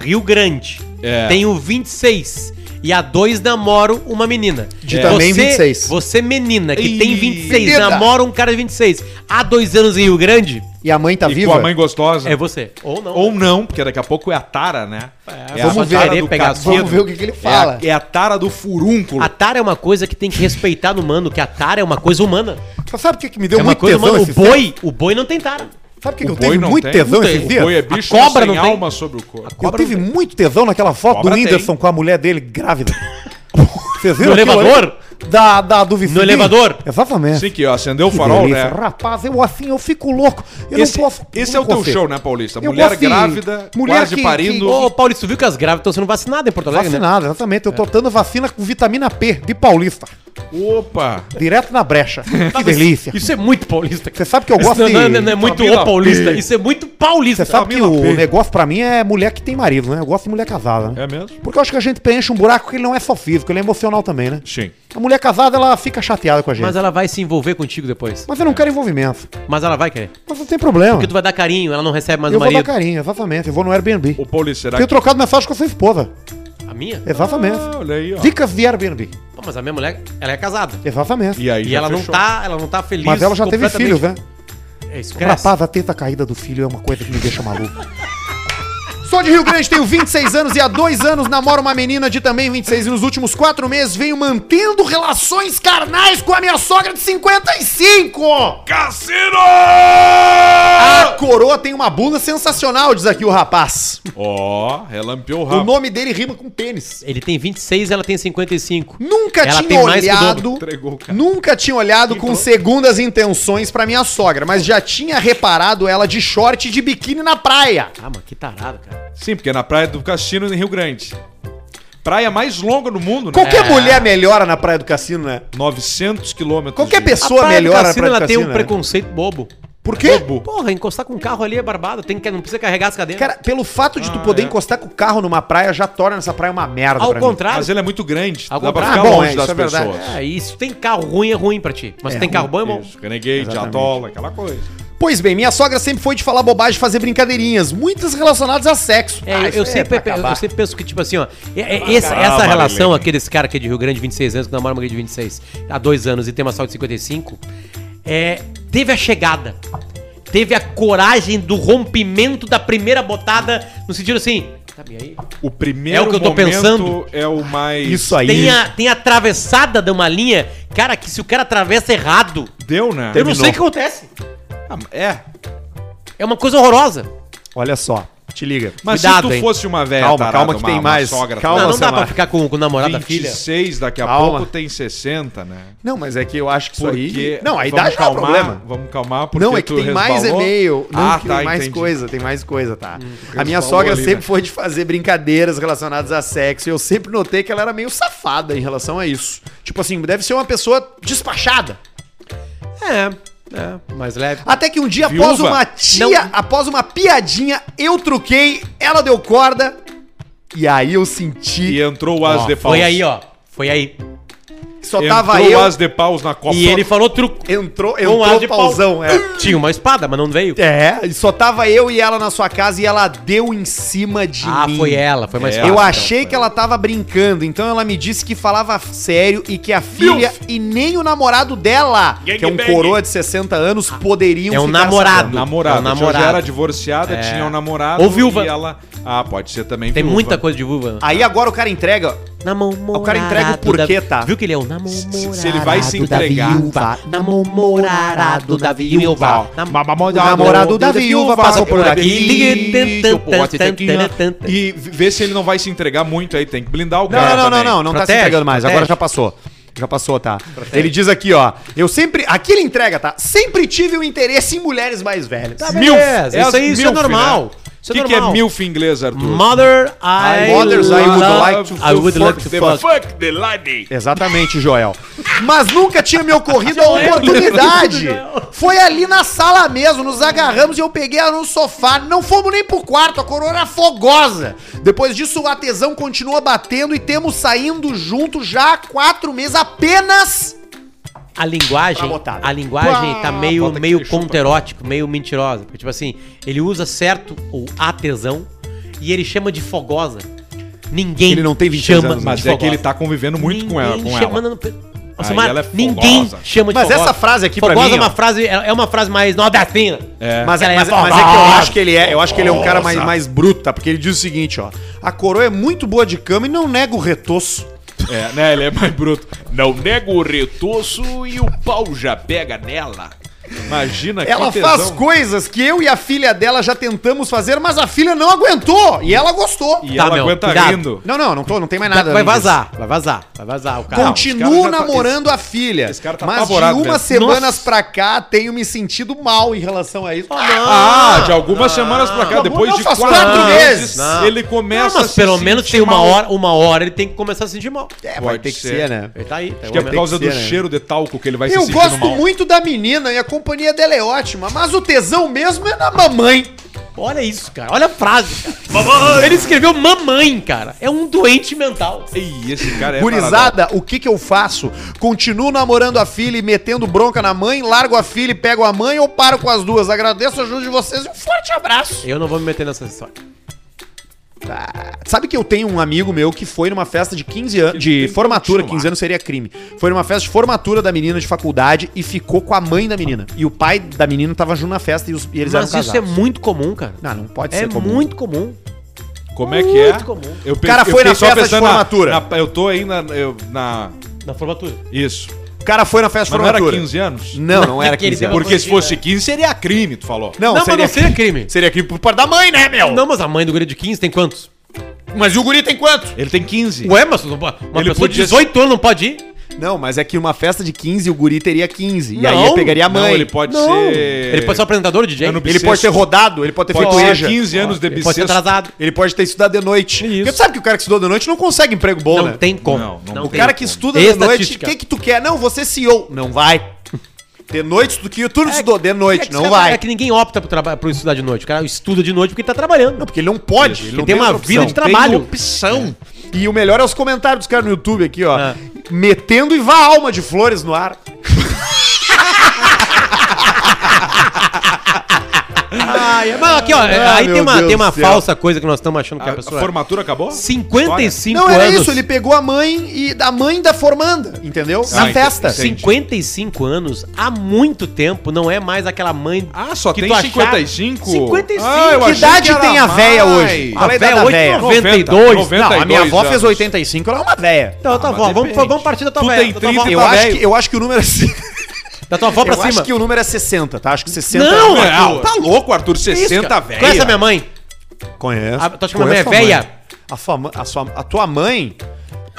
Rio Grande. É. Tenho 26. E há dois namoro uma menina. De também 26. Você, menina, que Ih, tem 26, menina. namora um cara de 26. Há dois anos em Rio Grande, E a mãe tá e viva? com a mãe gostosa. é você. Ou não. Ou não, porque daqui a pouco é a tara, né? É, vamos ver. tara do Pegar cacete. Vamos ver o que, que ele fala. É a, é a tara do furúnculo. A tara é uma coisa que tem que respeitar no humano, que a tara é uma coisa humana. Sabe o que, que me deu é uma muito coisa tesão humana. O esses dias? boi, o boi não tem tara. Sabe o que, que eu boi tive não muito tem? tesão Não esses tem. dias? Boi é bicho A cobra sem não tem. alma sobre o corpo. Eu Cobra tive não tem. muito tesão naquela foto Cobra do tem. Whindersson com a mulher dele grávida. Vocês aquilo No ali? elevador? Da, da, do vizinho. elevador? Exatamente. Sim, que acendeu o farol, delícia. né? Rapaz, eu assim, eu fico louco. Eu Esse, não posso. esse não é o teu consigo. show, né, Paulista? Eu Mulher gosto de- grávida, mulher quase que- parindo. que- Ô, Paulista, tu viu que as grávidas estão sendo vacinadas em Porto Alegre, né? Vacinado, exatamente. É. Eu tô dando vacina com vitamina P de paulista. Opa! Direto na brecha. que delícia. Isso é muito paulista. Você sabe que eu Isso gosto não, de- não, não, não é muito Família o paulista, isso é muito paulista. Você sabe que o P. negócio pra mim é mulher que tem marido, né? Eu gosto de mulher casada, né? É mesmo? Porque eu acho que a gente preenche um buraco que ele não é só físico, ele é emocional também, né? Sim. A mulher casada, ela fica chateada com a gente. Mas Mas, ela vai se envolver contigo depois. eu não quero envolvimento. Mas ela vai querer. Mas não tem problema. Porque tu vai dar carinho, ela não recebe mais Eu o vou dar marido. carinho, exatamente. Eu vou no Airbnb. Ô, Paulista, será Tenho trocado mensagem com a sua esposa. A minha? É. Exatamente. Ah, olha aí, ó. Dicas de Airbnb. Pô, mas a minha mulher, ela é casada. Exatamente. E aí, E já ela não, fechou. tá, ela não tá feliz. Mas ela já teve completamente. filhos, né? É isso, cresce. Rapaz, a teta caída do filho é uma coisa que me deixa maluco. Sou de Rio Grande, tenho 26 anos e há dois anos namoro uma menina de também 26 e nos últimos quatro meses venho mantendo relações carnais com a minha sogra de 55! Cassino! A coroa tem uma bunda sensacional, diz aqui o rapaz. Ó, relampeou o O rabo. nome dele rima com pênis. Ele tem 26, ela tem 55. Nunca Ela tinha tem mais que o dobro. olhado, Entregou, cara. nunca tinha olhado com segundas intenções pra minha sogra, mas já tinha reparado ela de short e de biquíni na praia. Ah, mano, que tarado, cara. Sim, porque é na praia do Cassino, em Rio Grande. Praia mais longa do mundo, né? É. Qualquer mulher melhora na praia do cassino, né? 900 quilômetros. Qualquer de- pessoa praia do melhora cassino, na praia ela do tem cassino. um né? preconceito bobo. Por quê? Porra, encostar com um carro ali é barbado. Tem que, não precisa carregar as cadeiras. Cara, pelo fato de tu poder é. encostar com o carro numa praia já torna essa praia uma merda. Ah, Ao pra mim. contrário. Mas ele é muito grande. Ao dá pra ficar contrário. Ah, bom, longe é, das isso é verdade. pessoas. Tá É isso. Tem carro ruim, é ruim pra ti. Mas É, tem carro bom, é bom. Isso, Renegade, Exatamente. Atola, aquela coisa. Pois bem, minha sogra sempre foi de falar bobagem e fazer brincadeirinhas, muitas relacionadas a sexo. É, Ah, eu, isso eu é sempre, pra eu, acabar. sempre penso que, tipo assim, ó, é- é- essa, acabar, essa relação Marilene. aqui desse cara aqui de Rio Grande, 26 anos, que namora uma mulher de 26 há dois anos e tem uma saúde de 55, é, teve a chegada. Teve a coragem do rompimento da primeira botada, no sentido assim. Tá bem aí? O primeiro É o que eu tô momento pensando. é o mais... Isso aí. Tem a, tem a atravessada de uma linha, cara, que se o cara atravessa errado, Deu, né? eu não sei o que acontece. Ah, É. É uma coisa horrorosa. Olha só. te liga. Mas se tu hein? fosse uma velha Calma, tarada, calma que uma- tem uma mais. sogra, Calma, não, não dá Samara. pra ficar com, com o namorado da filha. 26, daqui a Calma. pouco tem 60, né? Não, mas é que eu acho que isso Porque... aí... Não, a vamos idade calmar, não é problema. Vamos calmar, porque não, é que tu tem mais resbalou. e-mail. Não, ah, que tá, tem mais entendi. Hum, coisa, tem mais coisa, tá? a resbalou minha sogra ali, sempre né? foi de fazer brincadeiras relacionadas a sexo e eu sempre notei que ela era meio safada em relação a isso. Tipo assim, deve ser uma pessoa despachada. É, é, mais leve. Até que um dia, Viúva. após uma tia, Não. após uma piadinha, eu truquei, ela deu corda e aí eu E senti entrou o As de Paus. Foi aí, ó. Foi aí. que só Entrou tava o eu. As um de Paus na Copa. E ele falou truco. Entrou, Com entrou as de o pauzão, é. Tinha uma espada, mas não veio. É, e só tava eu e ela na sua casa e ela deu em cima de Ah, mim. foi ela, foi mais É, fácil. Eu então, achei né? que ela tava brincando, então ela me disse que falava sério e que a filha e nem o namorado dela, Gang que é um bang. coroa de 60 anos, poderiam é um ficar namorado. sabendo. Namorado. É um Tia namorado. já era divorciada, tinha um namorado. Ou viúva. E ela... Ah, pode ser também Tem viúva. muita coisa de vulva. né? Aí agora o cara entrega. Na mão O cara entrega o porquê, tá? Viu que ele é o se- namorado se ele vai se entregar. Namorado da Tá. viúva. Nam- O namorado é da viúva passa por aqui. E vê se ele não vai se entregar muito aí. Tem que blindar o Não, cara não, não, não, também. não, não tá se É, Protege, entregando mais. Agora protege. já passou. Já passou, tá? Ele diz aqui, ó. Eu sempre. Aqui ele entrega, tá? Sempre tive um interesse em mulheres mais velhas. Tá Milf. beleza, É isso as aí, isso é milf, normal. né? Isso O é que, que é normal. MILF em inglês, Arthur? Mother, I, Mothers, I would love- like to I would like to fuck. Fuck the lady. Exatamente, Joel. Mas nunca tinha me ocorrido a oportunidade. Foi ali na sala mesmo, nos agarramos e eu peguei ela no sofá. Não fomos nem pro quarto, a coroa era fogosa. Depois disso, a tesão continua batendo e temos saindo junto já há quatro meses apenas. A Pra linguagem, botada. a linguagem tá meio, bota aqui, meio chupa. conterótico, meio mentirosa. Porque, tipo assim, ele usa certo ou a tesão e ele chama de fogosa. Ninguém Ele não tem 26 chama anos, Mas de é que ele fogosa. tá convivendo muito com ela. Com Ninguém ela. chama- não- Nossa, Aí mas ela é fogosa. ninguém chama de Mas essa frase aqui pra fogosa mim, é uma ó. frase é uma frase mais nordestina. É. Mas, Ela é mas- mas é que eu acho que ele é, eu acho que ele é um cara mais, mais bruto, tá? Porque ele diz o seguinte, ó. A coroa é muito boa de cama e não nega o retoço. É, né? Ele é mais bruto. Não nego o retoço e o pau já pega nela. Imagina É que Ela tesão. faz coisas que eu e a filha dela já tentamos fazer, mas a filha não aguentou e ela gostou. E Tá, ela meu, aguenta cuidado. rindo. Não, não, não tô, não tem mais Vai- nada. vai além disso. vazar, vai vazar, vai vazar o cara. Conti- Continuo cara já tá- namorando a filha, esse cara tá mas de apavorado, umas velho. semanas Nossa. pra cá tenho me sentido mal em relação a isso. Ah, de algumas semanas pra cá, Não, depois não de faz quatro, quatro meses, meses. Não. ele começa Não, mas pelo menos tem sentir uma mal. hora, uma hora ele tem que começar a se sentir mal. é, pode ser. né? Ele tá aí, tá aí. Acho que é por causa Tem que do ser, né? cheiro de talco que ele vai se Eu sentindo gosto mal. muito da menina e a companhia dela é ótima, mas o tesão mesmo é na mamãe. Olha isso, cara. Olha a frase. cara. Ele escreveu mamãe, cara. É um doente mental. Ei, esse cara é tarado. Gurizada, o que que eu faço? Continuo namorando a filha e metendo bronca na mãe, largo a filha e pego a mãe ou paro com as duas? Agradeço a ajuda de vocês e um forte abraço. Eu não vou me meter nessa história. Sabe que eu tenho um amigo meu que foi numa festa de 15 anos, de formatura, 15 anos seria crime. Foi numa festa de formatura da menina de faculdade e ficou com a mãe da menina. E o pai da menina tava junto na festa e, os- e eles Mas eram isso é casados. muito comum, cara. Não, não pode é ser comum. muito comum. Como é que é? Muito comum. Eu pe- cara eu foi na fiquei só festa de pensando na- formatura. na- eu tô aí na, eu- na- Na formatura. Isso. O cara foi na festa Mas de não era formatura. 15 anos? Não, não era é Que ele 15 anos. Porque se fosse 15 seria crime, tu falou. Não, Não, mas seria, não seria crime. seria crime por parte da mãe, né, meu? Não, mas a mãe do guri de 15 tem quantos? Mas e o guri tem quanto? Ele tem 15. Ué, mas tu não pode- uma Ele pessoa de podia- 18 anos não pode ir? Não, mas é que uma festa de 15 o guri teria 15. E um- Não. aí ele pegaria a mãe. Não, ele pode ser... Ele pode ser um apresentador de DJ. Eu não- Ele pode ter rodado, ele pode ter Pode feito ser EJA. 15 anos de Ele pode ser bissexto. atrasado. Ele pode ter estudado de noite. Isso. Porque tu sabe que o cara que estudou de noite não consegue emprego bom, né? Não tem É como. Não, não O tem cara que como. estuda de noite, o que que tu quer? Não, você CEO. Não vai. De noite, tu que tudo estudou de É noite, que não esse cara- vai. É que ninguém opta pro, traba- pro estudar de noite. O cara estuda de noite porque tá trabalhando. Não, porque ele não pode. Ele não tem uma outra vida de opção. trabalho. opção. E o melhor é os comentários dos caras no YouTube aqui, ó. Ah. Metendo e vá alma de flores no ar. Ai, mas aqui, ó, é, Ah, aí meu tem uma, Deus tem uma do céu. falsa coisa que nós estamos achando que A, a a pessoa. é. formatura acabou? 55 Não, era anos. isso, ele pegou a mãe e da mãe da formanda, entendeu? Ah, Na entendi, festa. entendi. 55 anos, há muito tempo, não é mais aquela mãe. Ah, só que tem tu achar- 55? 55. Ah, eu Que achei idade era tem a véia mais. hoje? Ah, Fala aí da véia, véia. 892. 90, Não, Não, a minha avó 92 fez anos. 85, ela é uma véia. Então, tá mas bom, vamos, depende. vamos partir da tua Tu véia. tem da tua 30, avó. Eu tá acho, velho. que, eu acho que o número é. Da tua avó pra eu cima. acho que o número é 60, tá? Acho que 60 Não, é- é Não, tá louco, Arthur. 60 Conhece a minha mãe? Conheço. A- tu acha que minha Conheço mãe é tua véia? A, sua mã- a, sua, a tua mãe.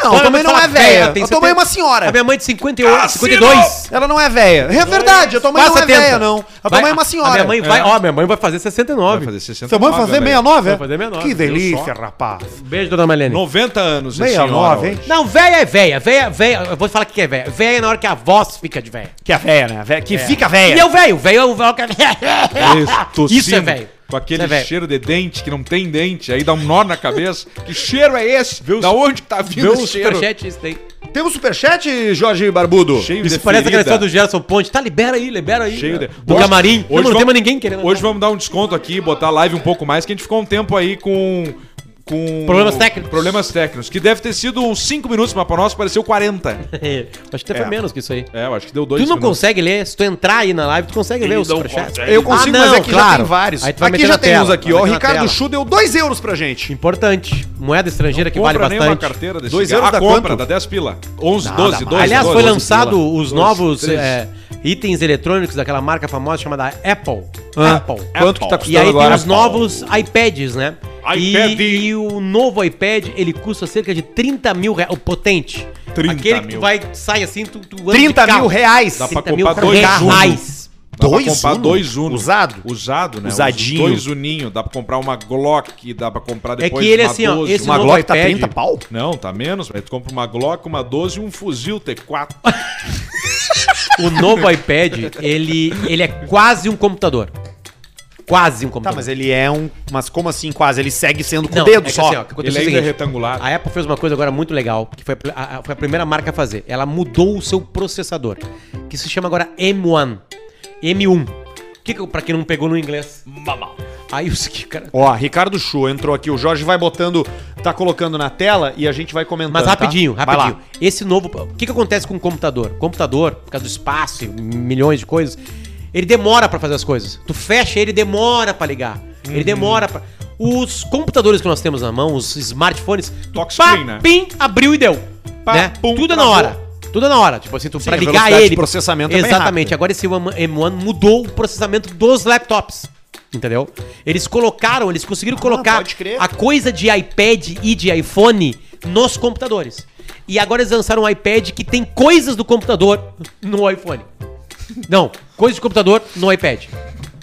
Não, Olha, a tua mãe mas não fala, é véia. tem A tua mãe é uma 70. senhora. A minha mãe de um, 58, 52. Ela não é véia. É verdade, a tua mãe Quase não é 70. véia, não. A tua Vai- mãe é uma senhora. A minha mãe vai, É. ó, minha mãe vai fazer 69. Vai fazer né, 60 Sua mãe vai fazer 69, é? Vai fazer 69, Que viu delícia, rapaz. Beijo, dona Marlene. 90 anos, esse 69, senhor. hein? Não, véia é véia. Véia, véia. Eu vou falar o que que é véia. Véia é na hora que a voz fica de véia. Que é véia, né? Véia- Que fica E véia. eu velho. Velho é o véio que é Isso, Isso é velho. Com aquele Isso é velho. cheiro de dente que não tem dente, aí dá um nó na cabeça. que cheiro é esse? da onde que tá vindo esse cheiro? um superchat isso daí. Temos superchat, Jorge Barbudo? Cheio Isso parece a ferida. questão do Gerson Ponte. Tá, libera aí, libera aí. Cheio de... Do Hoje- camarim. Hoje não, não tem vamos- mais ninguém querendo. Hoje vamos dar um desconto aqui, botar a live um pouco mais, que a gente ficou um tempo aí com. com Problemas técnicos. Problemas técnicos. Que deve ter sido uns 5 minutos, mas pra nós pareceu 40. É. Acho que até foi menos que isso aí. É, eu acho que deu dois Tu não minutos. consegue ler, se tu entrar aí na live, tu consegue ler Ele os um não superchats. consegue. Eu consigo, Ah, não, mas aqui já claro. tem vários. Aí tu vai Aqui meter já na tem tela, uns aqui, vai ó. O meter na Ricardo tela. Chu deu 2 euros pra gente. Importante. Moeda estrangeira que vale Compra nem uma bastante. carteira desse Dois cara. euros Ah, dá compra, quanto? dá 10 pila. 11, Nada 12, mais. 12. Aliás, 12, foi 12 lançado pila. os Dois, novos três. é, itens eletrônicos daquela marca famosa chamada Apple. Ah. Apple. Quanto que tá E custando aí tem agora? os novos iPads, né? iPad. E, e o novo iPad, ele custa cerca de 30 mil reais. O potente. 30 Aquele que tu mil. vai, sai assim, tu, tu anda 30 de carro. mil reais. Dá pra 30 mil comprar dois reais. Dá pra Dois comprar Uno? dois Uno. Usado? Usado, né? Usadinho. Os dois uninho. Dá pra comprar uma Glock, dá pra comprar É depois que ele, assim, ó, esse uma... Uma novo Glock tá iPad. 30 pau? Não, tá menos, velho. Tu compra uma Glock, uma 12 e um fuzil T4. O novo iPad, ele, ele é quase um computador. Quase um Tá, computador. mas ele é um. Mas como assim, quase? Ele segue sendo com Não, o dedo é que só. assim, ó, o que Ele aconteceu é o ainda é seguinte, retangular. A Apple fez uma coisa agora muito legal, que foi a, a- foi a primeira marca a fazer. Ela mudou o seu processador, que se chama agora M1. M1. Que que, eu- pra quem não pegou no inglês. Aí os que, cara... Ó, Ricardo Chu entrou aqui. O Jorge vai botando, tá colocando na tela e a gente vai comentando. Mas tá? rapidinho, Vai rapidinho. lá. Esse novo. O que, que acontece com o computador? Computador, por causa do espaço e milhões de coisas, ele demora pra fazer as coisas. Tu fecha ele, demora pra ligar. Uhum. Ele demora pra. Os computadores que nós temos na mão, os smartphones, tu Toque screen, né? pim, abriu e deu. Pá, né? pum, Tudo é na travou. hora. Tudo é na hora, tipo assim, tu pra a ligar velocidade de ele. processamento é bem Exatamente. rápida. Agora esse M1 mudou o processamento dos laptops. Entendeu? Eles colocaram, eles conseguiram colocar Ah, pode crer. a coisa de iPad e de iPhone nos computadores. E agora eles lançaram um iPad que tem coisas do computador no iPhone. Não, coisas do computador no iPad.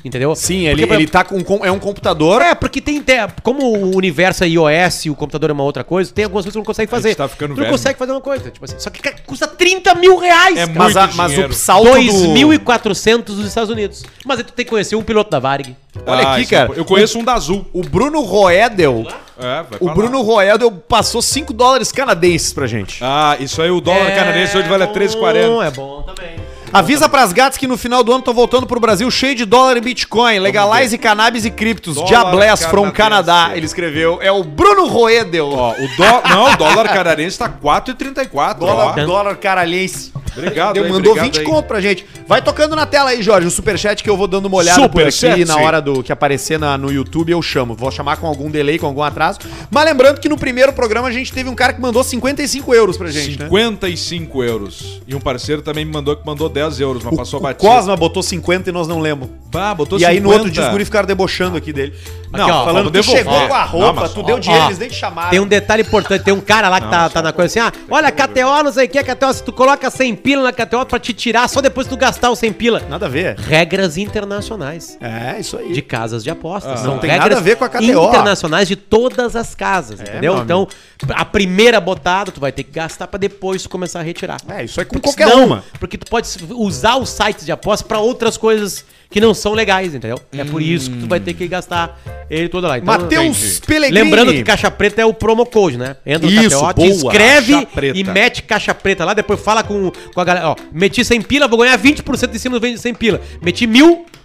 Entendeu? Sim, ele, Porque, por ele exemplo, tá com. com- É um computador. é, porque tem. te- Como o universo é iOS e o computador é uma outra coisa, tem algumas coisas que tu não consegue fazer. tá ficando tu não velho. consegue fazer uma coisa. Tipo assim, só que cara, custa 30 mil reais, É mas, muito a- mas dinheiro. o salto. 2.400 dos Estados Unidos. Mas aí tu tem que conhecer um piloto da Varig. Olha aqui, isso é cara. po- Eu conheço um da Azul. Do... O Bruno Roedel. É, vai O pra Bruno lá. Roedel passou 5 dólares canadenses pra gente. Ah, isso aí o dólar canadense hoje vale a 3,40. É bom também. Avisa pras gatas que no final do ano tô voltando pro Brasil cheio de dólar e bitcoin. Legalize cannabis e criptos. Dólar Diabless from canadense. Canadá. Ele escreveu. É o Bruno Roedel. Ó, o dó... Não, o dólar canadense tá 4,34. ó. Dólar, dólar caralhense. Obrigado, Deu, hein, mandou obrigado, 20 hein. conto pra gente. Vai tocando na tela aí, Jorge, o superchat que eu vou dando uma olhada por aqui. Superchat, Na sim. hora do que aparecer na- no YouTube, eu chamo. Vou chamar com algum delay, com algum atraso. Mas lembrando que no primeiro programa a gente teve um cara que mandou 55 euros pra gente, né? 55 euros. E um parceiro também me mandou que mandou 10 euros, mas O, passou o batido. Cosma botou 50 e nós não lemos. Bah, botou E aí no 50. outro dia os guri ficaram debochando aqui dele. Não, ó, vamos falando que tu devolver. chegou com a Não, roupa, mas, tu ó, deu dinheiro, ó, eles nem te chamaram. Tem um detalhe importante, tem um cara lá que tá, mas tá na coisa assim, ah, olha, KTO, não sei o que, KTO, se tu coloca 100 pila na KTO pra te tirar só depois que tu gastar o 100 pila. Nada a ver. Regras internacionais É, isso aí. de casas de apostas. Ah. São Não tem regras nada a ver com a KTO. internacionais de todas as casas, entendeu? É, meu Então, a primeira botada tu vai ter que gastar pra depois tu começar a retirar. É, isso aí com Porque qualquer senão- uma. Porque tu pode usar o site de apostas pra outras coisas que não são legais, entendeu? É por isso que tu vai ter que gastar ele todo lá. Então, Matheus entendi. Pellegrini. Lembrando que caixa preta é o promo code, né? Entra Isso, boa, KTO, te inscreve Caixa Preta. e mete caixa preta lá, depois fala com, com a galera, ó, meti 100 pila, vou ganhar 20% em cima do 100 pila. Meti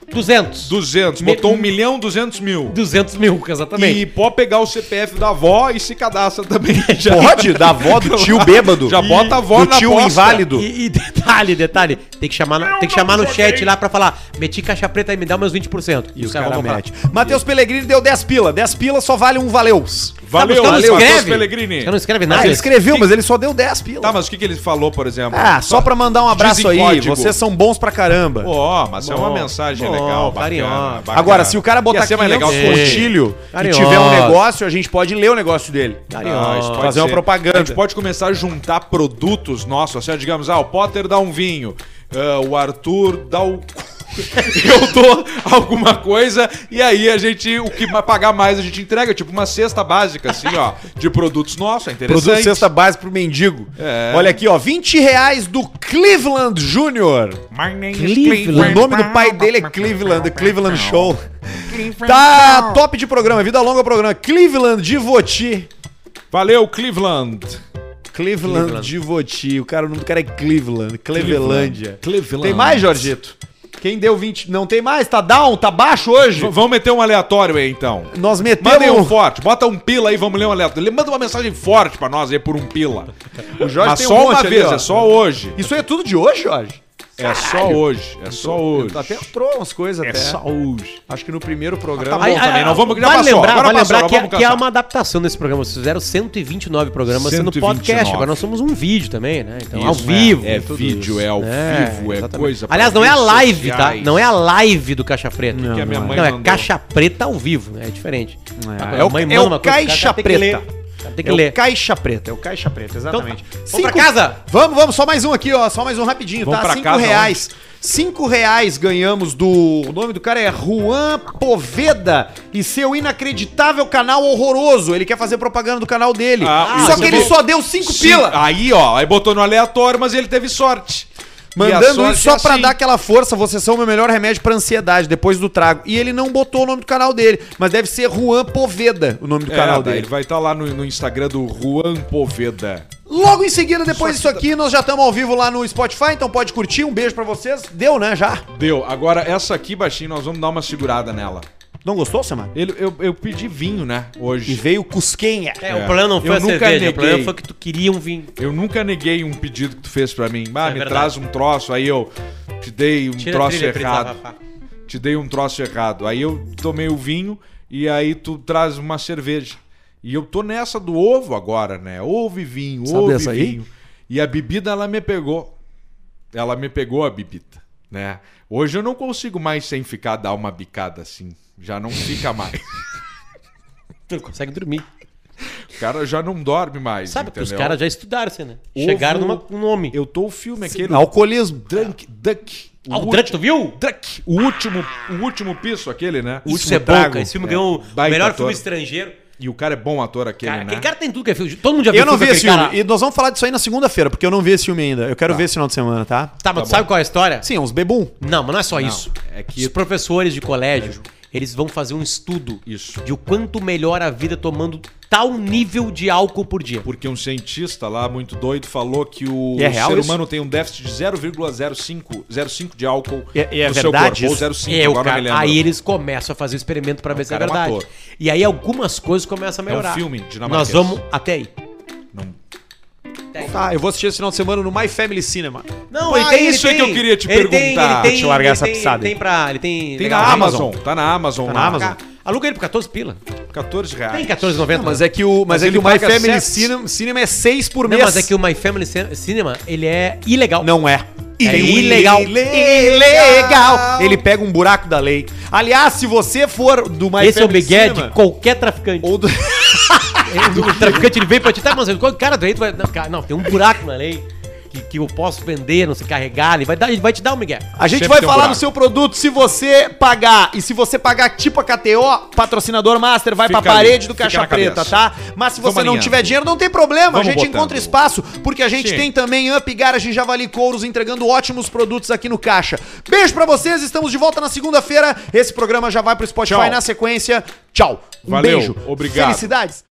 1.200. 200, Me- botou 1 milhão 200 mil. 200 mil, exatamente. E pode pegar o CPF da avó e se cadastra também. Já- Pode? Da avó do tio bêbado. Já bota a avó do na tio aposta. inválido. E, e detalhe, detalhe, tem que chamar, na- tem que chamar no chat lá pra falar, meti caixa preta e é me dá meus 20%. E, os caras vão falar. Matheus Pellegrini deu 10 pila. 10 pila só vale um valeus. Valeu, não valeu, escreve. Matheus Pellegrini. Os caras não escrevem nada. Ah, ele escreveu, mas ele só deu 10 pila. né, Tá, mas o que, que ele falou, por exemplo? Ah, só pra mandar um abraço Dizem aí. código. Vocês são bons pra caramba. Ó, mas é uma Bom, mensagem bom, legal, carinhoso. bacana, bacana. Agora, se o cara botar Ia ser mais legal 500 se fosse- pontilho e Carinhoso. tiver um negócio, a gente pode ler o negócio dele. Ah, isso pode fazer uma ser. propaganda. A gente pode começar a juntar produtos nossos, assim, ó, digamos, ah, o Potter dá um vinho, ah, o Arthur dá o. Eu dou alguma coisa e aí a gente, o que ma- pagar mais a gente entrega, tipo uma cesta básica, assim, ó, de produtos nossos, é interessante. Produto cesta base pro mendigo. É. Olha aqui, ó, 20 reais do Cleveland Jr. My name is O nome do pai dele é Cleveland, The Cleveland Show. Tá top de programa, vida longa programa. Cleveland Divoti. Valeu, Cleveland. Cleveland, Divoti. O cara, o nome do cara é Cleveland, Clevelândia. Cleveland. Tem mais, Jorgito? Quem deu 20? Não tem mais? Tá down? Tá baixo hoje? V- vamos meter um aleatório aí então. Nós Mandem um metemos. forte, bota um pila aí, vamos ler um aleatório. Manda uma mensagem forte pra nós aí por um pila. O Jorge Mas tem um só uma monte ali, vez, ó. é só hoje. Isso aí é tudo de hoje, Jorge? É só hoje, é só hoje. Até entrou umas coisas É até. hoje. Acho que no primeiro programa. bom, também, não vamos- já vale passou, lembrar, agora vale passou, lembrar que, agora é- vamos que é caçar. uma adaptação desse programa. Vocês fizeram 129 programas sendo 129. podcast. Agora nós somos um vídeo também, né? Então, ao Isso, vivo. é. É tudo vídeo, é ao vivo, é coisa pra Aliás, não é a redes live, tá? sociais. Não é a live do Caixa Preta. Não, a minha mãe não, é mandou. Caixa Preta ao vivo, né? É diferente. É, é o- é o Caixa Preta. Tem que É o ler. caixa preta, é o caixa preta, exatamente. Então tá. Vamos pra casa? Vamos, vamos, só mais um aqui, ó. Só mais um rapidinho, Vamos tá? pra Cinco casa, reais. Cinco reais ganhamos do. O nome do cara é Juan Poveda e seu inacreditável canal horroroso. Ele quer fazer propaganda do canal dele. Ah, só isso que eu ele vou- só deu cinco pila. Aí, ó, aí botou no aleatório, mas ele teve sorte. E a Mandando sorte isso só é pra assim. dar aquela força, vocês são o meu melhor remédio pra ansiedade depois do trago. E ele não botou o nome do canal dele, mas deve ser Juan Poveda o nome do É, canal daí dele. Ele vai estar lá no, no Instagram do Juan Poveda. Logo em seguida, depois disso aqui, nós já estamos ao vivo lá no Spotify, então pode curtir. Um beijo pra vocês. Deu, né? Já? Deu. Agora, essa aqui, baixinho, nós vamos dar uma segurada nela. Não gostou, Samar? Ele- eu, eu pedi vinho, né? E Hoje. veio Cusquenha. É, É. o plano não foi Eu a nunca cerveja, o plano neguei. foi que tu queria um vinho. Eu nunca neguei um pedido que tu fez pra mim. Ah, me É verdade. traz um troço, aí eu te dei um Tira a troço trilha, Fritz, errado. Rafa. te dei um troço errado. Aí eu tomei o vinho e aí tu traz uma cerveja. E eu tô nessa do ovo agora, né? Ovo e vinho, Sabe ovo e essa aí? vinho. E a bebida, ela me pegou. Ela me pegou a bebida, né? Hoje eu não consigo mais sem ficar dar uma bicada assim. Já não fica mais. Tu não consegue dormir. O cara já não dorme mais, Sabe que os entendeu? caras já estudaram isso, né? Ovo- Chegaram numa- num nome. Eu tô o filme aquele... Alcoolismo. Drunk, Duck. Ah, o Drunk, tu viu? Duck. O último, o último piso aquele, né? O Isso último é bom, trago. cara. Esse filme É, ganhou o baita melhor ator. filme estrangeiro. E o cara é bom ator aquele, Cara, né? aquele cara tem tudo que é filme. Todo mundo já viu Eu não filme vi com esse aquele filme. cara. E nós vamos falar disso aí na segunda-feira, porque eu não vi esse filme ainda. Eu quero ver esse final de semana, tá? Tá, mas tu sabe qual é a história? Sim, é uns bebum. Não, mas não é só isso. é que- Os professores de colégio, eles vão fazer um estudo Isso. de o quanto melhora a vida tomando tal nível de álcool por dia. Porque um cientista lá, muito doido, falou que o E é real ser isso? humano tem um déficit de 0,05 05 de álcool E- e é no verdade seu corpo. isso? Ou 0,5, É, o agora não me cara, lembro. aí eles começam a fazer o experimento pra ver se é cara é um verdade. ator. e aí algumas coisas começam a melhorar. É um filme dinamarquês. Nós vamos até aí. Não. Tá, eu vou assistir esse final de semana no My Family Cinema. Não, Ah, isso é que eu queria te ele perguntar. Tem, ele tem, Deixa eu largar ele essa tem- pisada Ele aí. tem pra. Ele tem. Tem legal, na tem Amazon. Tá na Amazon. Tá na lá. Amazon. Aluga ele por 14 pila. 14 reais. Tem 14,90. Mas é que o, mas Mas é ele que o My paga Family sete. Cinema, Cinema é seis por Não, mês. mas é que o My Family Cin- Cinema, ele é ilegal. Não é. É Ele- ilegal. Ilegal. Ele pega um buraco da lei. Aliás, se você for do My Esse é o Family Big Ed, Cinema, qualquer traficante. É, ou do... O traficante ele veio pra ti, tá, mas qual cara do jeito vai. Não, cara, não, tem um buraco na lei que, que eu posso vender, não sei carregar, ele vai, dar, ele vai te dar um Miguel. A gente Sempre vai tem um falar buraco. do seu produto se você pagar. E se você pagar tipo a KTO, patrocinador master, vai Fica pra ali, parede do fica Caixa na Preta, cabeça. tá? Mas se você Vamos não alinhando. tiver dinheiro, não tem problema. Vamos a gente botando. encontra espaço, porque a gente Sim. tem também Up Garage Javali Couros entregando ótimos produtos aqui no Caixa. Beijo pra vocês, estamos de volta na segunda-feira. Esse programa já vai pro Spotify Tchau. na sequência. Tchau. Um Valeu, beijo. obrigado. Felicidades.